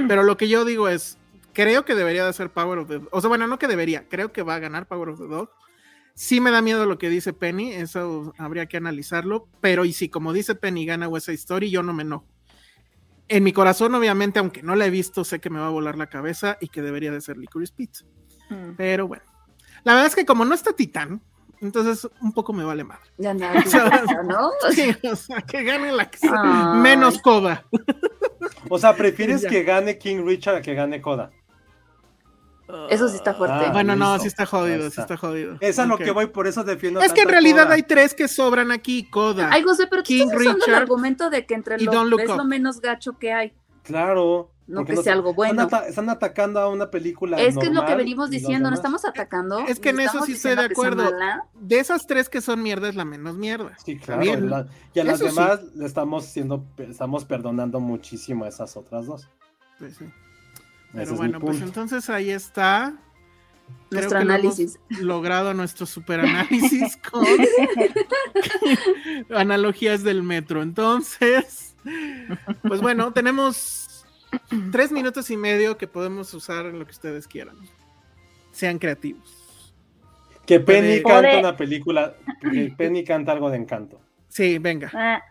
pero lo que yo digo es, creo que debería de ser Power of the Dog. O sea, bueno, no que debería, creo que va a ganar Power of the Dog. Sí me da miedo lo que dice Penny, eso habría que analizarlo, pero y si como dice Penny gana West Side Story, yo no me enojo. En mi corazón, obviamente, aunque no la he visto, sé que me va a volar la cabeza y que debería de ser Licorice Pizza. Mm. Pero bueno, la verdad es que como no está Titán, entonces un poco me vale madre. Ya me había olvidado, ¿no? Sí, o sea, que gane la que sea. Ay. menos Coda. O sea, ¿prefieres Ya. que gane King Richard a que gane Coda? Eso sí está fuerte. Ah, Bueno, no, listo. sí está Ya jodido, sí está. está jodido. Es a lo Ok. que voy, por eso defiendo. Es que en tanto a realidad Coda. hay tres que sobran aquí, Coda. Algo sé, pero tú King estás usando el Richard argumento de que entre y los Don't Look es lo Up. menos gacho que hay. Claro. No porque que sea algo bueno. Están, ata- están atacando a una película. es que es lo que normal venimos y los diciendo, no demás- estamos atacando. Es que en no eso estamos sí estoy de diciendo que sea acuerdo. mala. De esas tres que son mierda es la menos mierda. Sí, claro. Bien. y la- y a las Eso sí. demás le estamos siendo, estamos perdonando muchísimo a esas otras dos. Pues sí. Ese es Pero mi bueno, pues punto. entonces ahí está. Creo Nuestro que lo análisis. hemos logrado nuestro superanálisis con analogías del metro. Entonces, pues bueno, tenemos tres minutos y medio que podemos usar en lo que ustedes quieran. Sean creativos. Que Penny Puede- canta Puede- una película, que Penny canta algo de encanto. Sí, venga. Ah,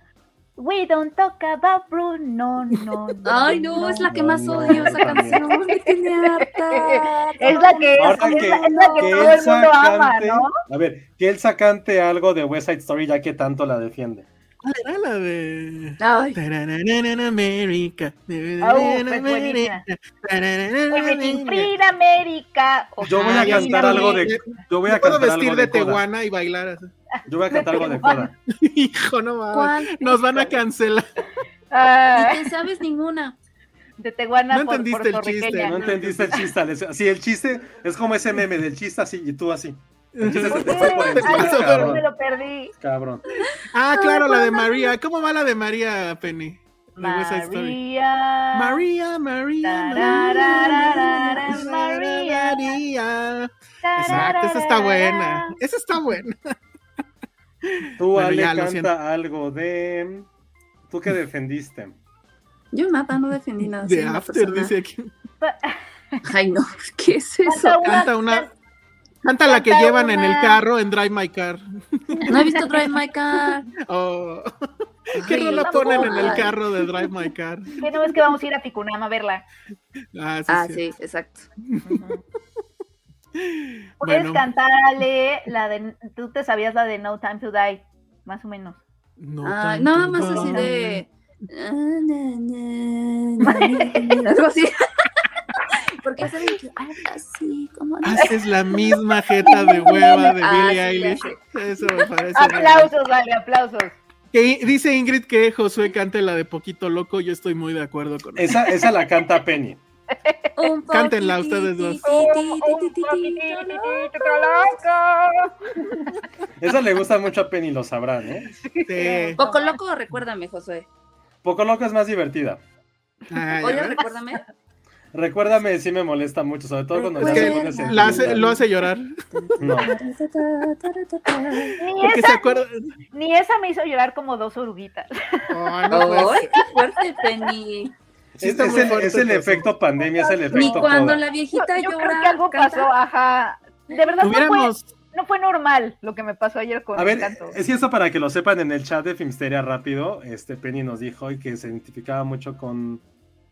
We don't talk about Bruno, no, no. Ay, no, es la que más no, odio esa también. canción. Me tiene harta. Es la que, Ahora es, que- la, es la que que todo el Elsa mundo ama, cante- ¿no? A ver, que Elsa cante algo de West Side Story ya que tanto la defiende. ¿Cuál era Ah, la de.? Ay, Tararararara, América. pues, buenísima. Everything Free America. o Yo voy a Ah, ya Free cantar sí. algo de. Yo voy a Me puedo cantar algo vestir de de Coda. Tehuana y bailar así. Yo voy a cantar algo de Coda. Hijo, no mames. ¿cuál? Nos van a cancelar. Ah, Ni te sabes ninguna. de Tehuana No por- entendiste el puertorriqueña. chiste, No entendiste el chiste. Alex. Sí, el chiste es como ese meme del chiste así y tú así. El chiste se te fue por Ay, encima, Te yo me cabrón. lo perdí. Cabrón. Ah, Ay, claro, la de bueno. María. ¿Cómo va la de María, Penny? De West Side Story. María. María, María, María, Tarararara, María, María. María. Exacto, esa está buena. Esa está buena. Tú, Bueno, Ale, ya, lo canta siento. algo de. Tú que defendiste. Yo nada, Ah, no pues, defendí nada. soy De una After, persona- dice aquí. Ay, no, ¿qué es eso? Canta una- Canta una. Canta la que Canta llevan en el una- carro en Drive My Car. No he visto Drive My Car. Oh. ¿Qué Ay, rola ponen en el ay. carro de Drive My Car? Que no es que vamos a ir a Ticunama a verla. Ah, sí. Ah, sí. sí, exacto. Puedes Bueno. cantarle la de. Tú te sabías la de No Time to Die, más o menos. No, Ay, tanto, nada más no. así de. "Ah, na, na, na", Algo así. Porque hacen que habla así, como. Haces Ah, la misma jeta de hueva de Ah, sí, Billie ya Ah, Eilish. Eso me parece. Aplausos, vale, aplausos. Que i- dice Ingrid que Josué cante la de Poquito Loco. Yo estoy muy de acuerdo con eso. Esa, esa la canta Penny. Un Cántenla ustedes dos. Esa le gusta mucho a Penny, lo sabrán, ¿eh? Sí. Poco loco, recuérdame, Josué. Poco loca es más divertida. Ah, ya Oye, ves. recuérdame. Recuérdame si me molesta mucho, sobre todo cuando Es ya se que pone la hace- sentimental. lo hace llorar. No. Ni Porque esa, se acuerda. ni esa me hizo llorar como dos oruguitas. Ay, no puede ¡Ay, pues, ser. qué fuerte, Penny! Es, Sí está es muy el, fuerte es el todo eso. efecto pandemia, es el Ni efecto cuando coda. la Yo, viejita yo llora. creo que algo canta. pasó, ajá. De verdad no fue, Tuviéramos. no fue normal lo que me pasó ayer con A el ver, canto. es que eso para que lo sepan en el chat de Filmsteria rápido, este Penny nos dijo hoy que se identificaba mucho con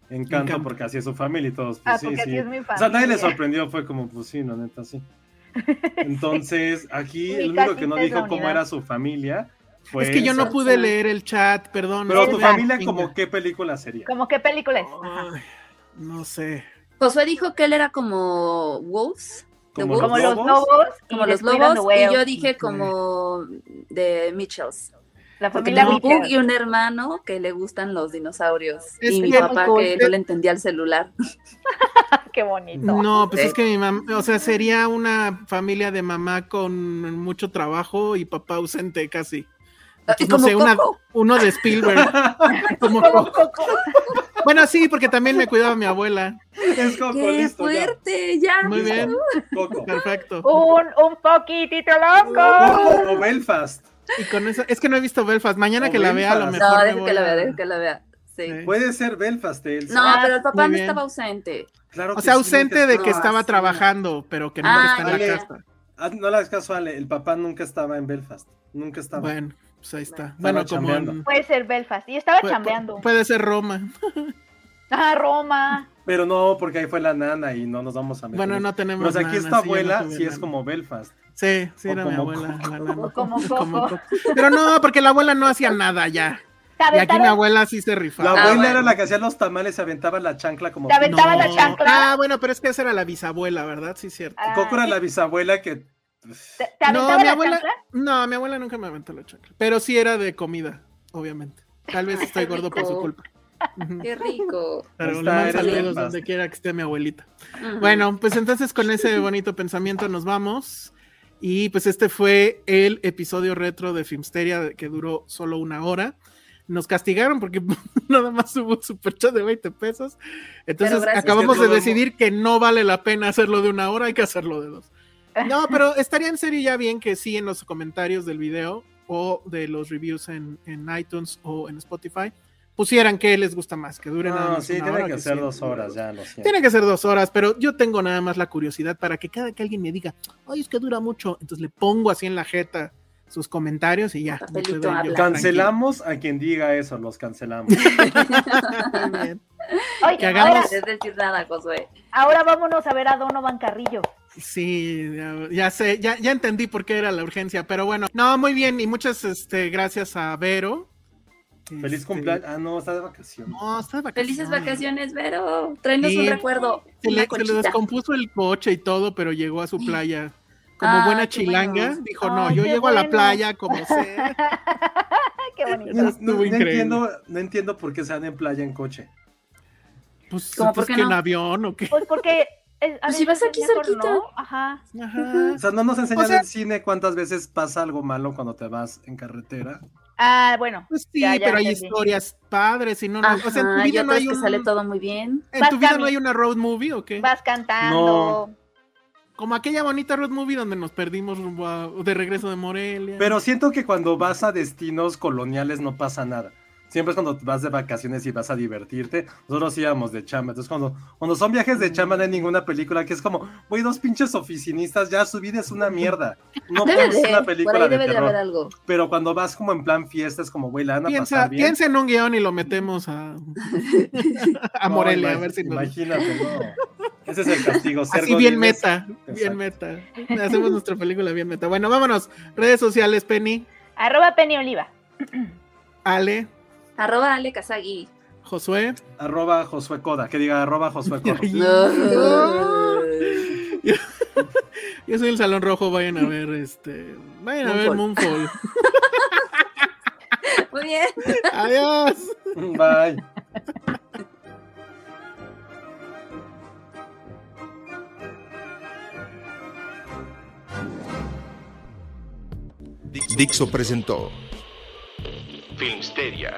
Encanto, Encanto. porque así es su familia y todos. Pues, Ah, sí, porque así sí. es mi O sea, nadie le familia. sorprendió, fue como, pues sí, no, neta, sí. Entonces, aquí Mi el único que casita no es la dijo cómo unidad. era su familia fue. Es que yo no eso. pude leer el chat, perdón. Pero no tu pude- familia, como qué película sería. Como qué película es. Ajá. Ay, No sé. Josué dijo que él era como Wolves, Como, Como Como los los lobos. lobos. y como los descuidan lobos, the y yo whales. dije como de Mitchells. La Porque familia tengo un Mitchell. pug y un hermano que le gustan los dinosaurios. Es y mi que- papá que no le entendía el celular. Pues Qué bonito. No, pues Sí. es que mi mamá, o sea, sería una familia de mamá con mucho trabajo y papá ausente casi. Entonces, no como sé, una- Coco. uno de Spielberg. Como Coco. Bueno, sí, porque también me cuidaba mi abuela. Es Coco, ¡Qué listo, fuerte! Ya. Muy bien, ya. Coco. perfecto. Oh. Un, un poquitito loco. O o Belfast. Y con eso, es que no he visto Belfast. Mañana O que la vea, a lo Belfast. mejor. No, me deja voy que la a- vea, deja que la vea. Sí. Sí. Puede ser Belfast, Elsa. No, pero el papá muy no bien. estaba ausente. Claro O que sea, sí, ausente nunca de que estuvo. estaba sí. trabajando, pero que no Ah, está en la ya. casa. Ah, no la hagas caso, Ale. El papá nunca estaba en Belfast. Nunca estaba. Bueno, pues ahí está. Bueno, como chambeando. en- Puede ser Belfast. Y estaba pu- chambeando. pu- puede ser Roma. Ah, Roma. Pero no, porque ahí fue la nana y no nos vamos a meter. Bueno, no tenemos Pues aquí nana, esta sí, yo no abuela tuve sí es nana. como Belfast. Sí, sí, O era mi como abuela. Coco. la nana. O como Coco. Pero no, porque la abuela no hacía nada ya. Te Y aquí mi aventaron- abuela sí se La rifaba. abuela bueno. era la que hacía los tamales, se aventaba la chancla como. Te aventaba la chancla. Ah, bueno, pero es que esa era la bisabuela, ¿verdad? Sí, cierto. Ah, Coco era la bisabuela que. ¿Te, te aventaba mi la abuela, chancla? no, mi abuela nunca me aventó la chancla. Pero sí era de comida, obviamente. Tal vez estoy gordo por su rico. culpa. Ujú. Qué rico. Pero Ahí le está, mando eres saludos Belfast. donde quiera que esté mi abuelita. Ujú. Bueno, pues entonces con ese bonito pensamiento nos vamos. Y pues este fue el episodio retro de Filmsteria que duró solo una hora. Nos castigaron porque nada más hubo superchat de 20 pesos. Entonces gracias. acabamos Es que de todo- decidir que no vale la pena hacerlo de una hora, hay que hacerlo de dos. No, pero estaría en serio ya bien que sí en los comentarios del video o de los reviews en, en iTunes o en Spotify pusieran que les gusta más, que duren nada No, más sí, una tiene hora, que que ser sí, dos una hora, horas, ya lo siento. tiene que ser dos horas, pero yo tengo nada más la curiosidad para que cada que alguien me diga, ay, es que dura mucho, entonces le pongo así en la jeta sus comentarios y ya. Papelito, me quedo yo habla. Cancelamos a quien diga eso, los cancelamos. tranquilo. Muy bien. Oye, que hagamos- ahora, No puedes decir nada, Josué. ahora vámonos a ver a Donovan Carrillo. Sí, ya, ya sé, ya, ya entendí por qué era la urgencia, pero bueno, no, muy bien, y muchas este, gracias a Vero. Feliz Este, cumpleaños. Ah, no, está de vacaciones. No, está de vacaciones. Felices vacaciones, Vero. Tráenos Sí. un recuerdo. Se le, se una le conchita. descompuso el coche y todo, pero llegó a su playa. Como Ah, buena qué bueno. chilanga, dijo, no, Ay, yo qué llego a la bueno. playa como sea. Qué bonito. No, estuvo no increíble. entiendo, no entiendo por qué se van en playa en coche. Pues, ¿Cómo, pues, por qué que en no? avión o qué. Pues porque. eh, a Pues si vas veces es aquí mejor, cerquita. ¿no? Ajá. Ajá. O sea, no nos enseñan O sea- en cine cuántas veces pasa algo malo cuando te vas en carretera. Ah, bueno. Pues sí, Ya, ya pero hay entendí. historias padres y no, no- o sea, en tu Ajá, y vida no otras hay que un- sale todo muy bien. en tu vida no Bastante. hay una road movie o qué? Vas cantando. Como aquella bonita road movie donde nos perdimos rumbo a- de regreso de Morelia. Pero siento que cuando vas a destinos coloniales no pasa nada. Siempre es cuando vas de vacaciones y vas a divertirte. Nosotros íbamos de chamba. Entonces, cuando, cuando son viajes de chamba, no hay ninguna película que es como, güey, dos pinches oficinistas, ya su vida es una mierda. No debe es de, una por película de ahí debe de haber terror. algo. Pero cuando vas como en plan fiesta, es como, güey, la van a piensa, pasar bien. piensa en un guión y lo metemos a, a No, Morelia, a imag- ver si nos... Imagínate, no. Ese es el castigo. ser Así bien godines. meta, bien meta. Hacemos nuestra película bien meta. Bueno, vámonos. Redes sociales, Penny, Arroba Penny Oliva. Ale, Arroba Ale Kazagi. Josué. Arroba Josué Coda, que diga arroba Josué Coda. Yo soy el Salón Rojo, vayan a ver este... Vayan a ver Moonfall. Muy bien. Adiós. 嗯 Bye. Dixo presentó Filmsteria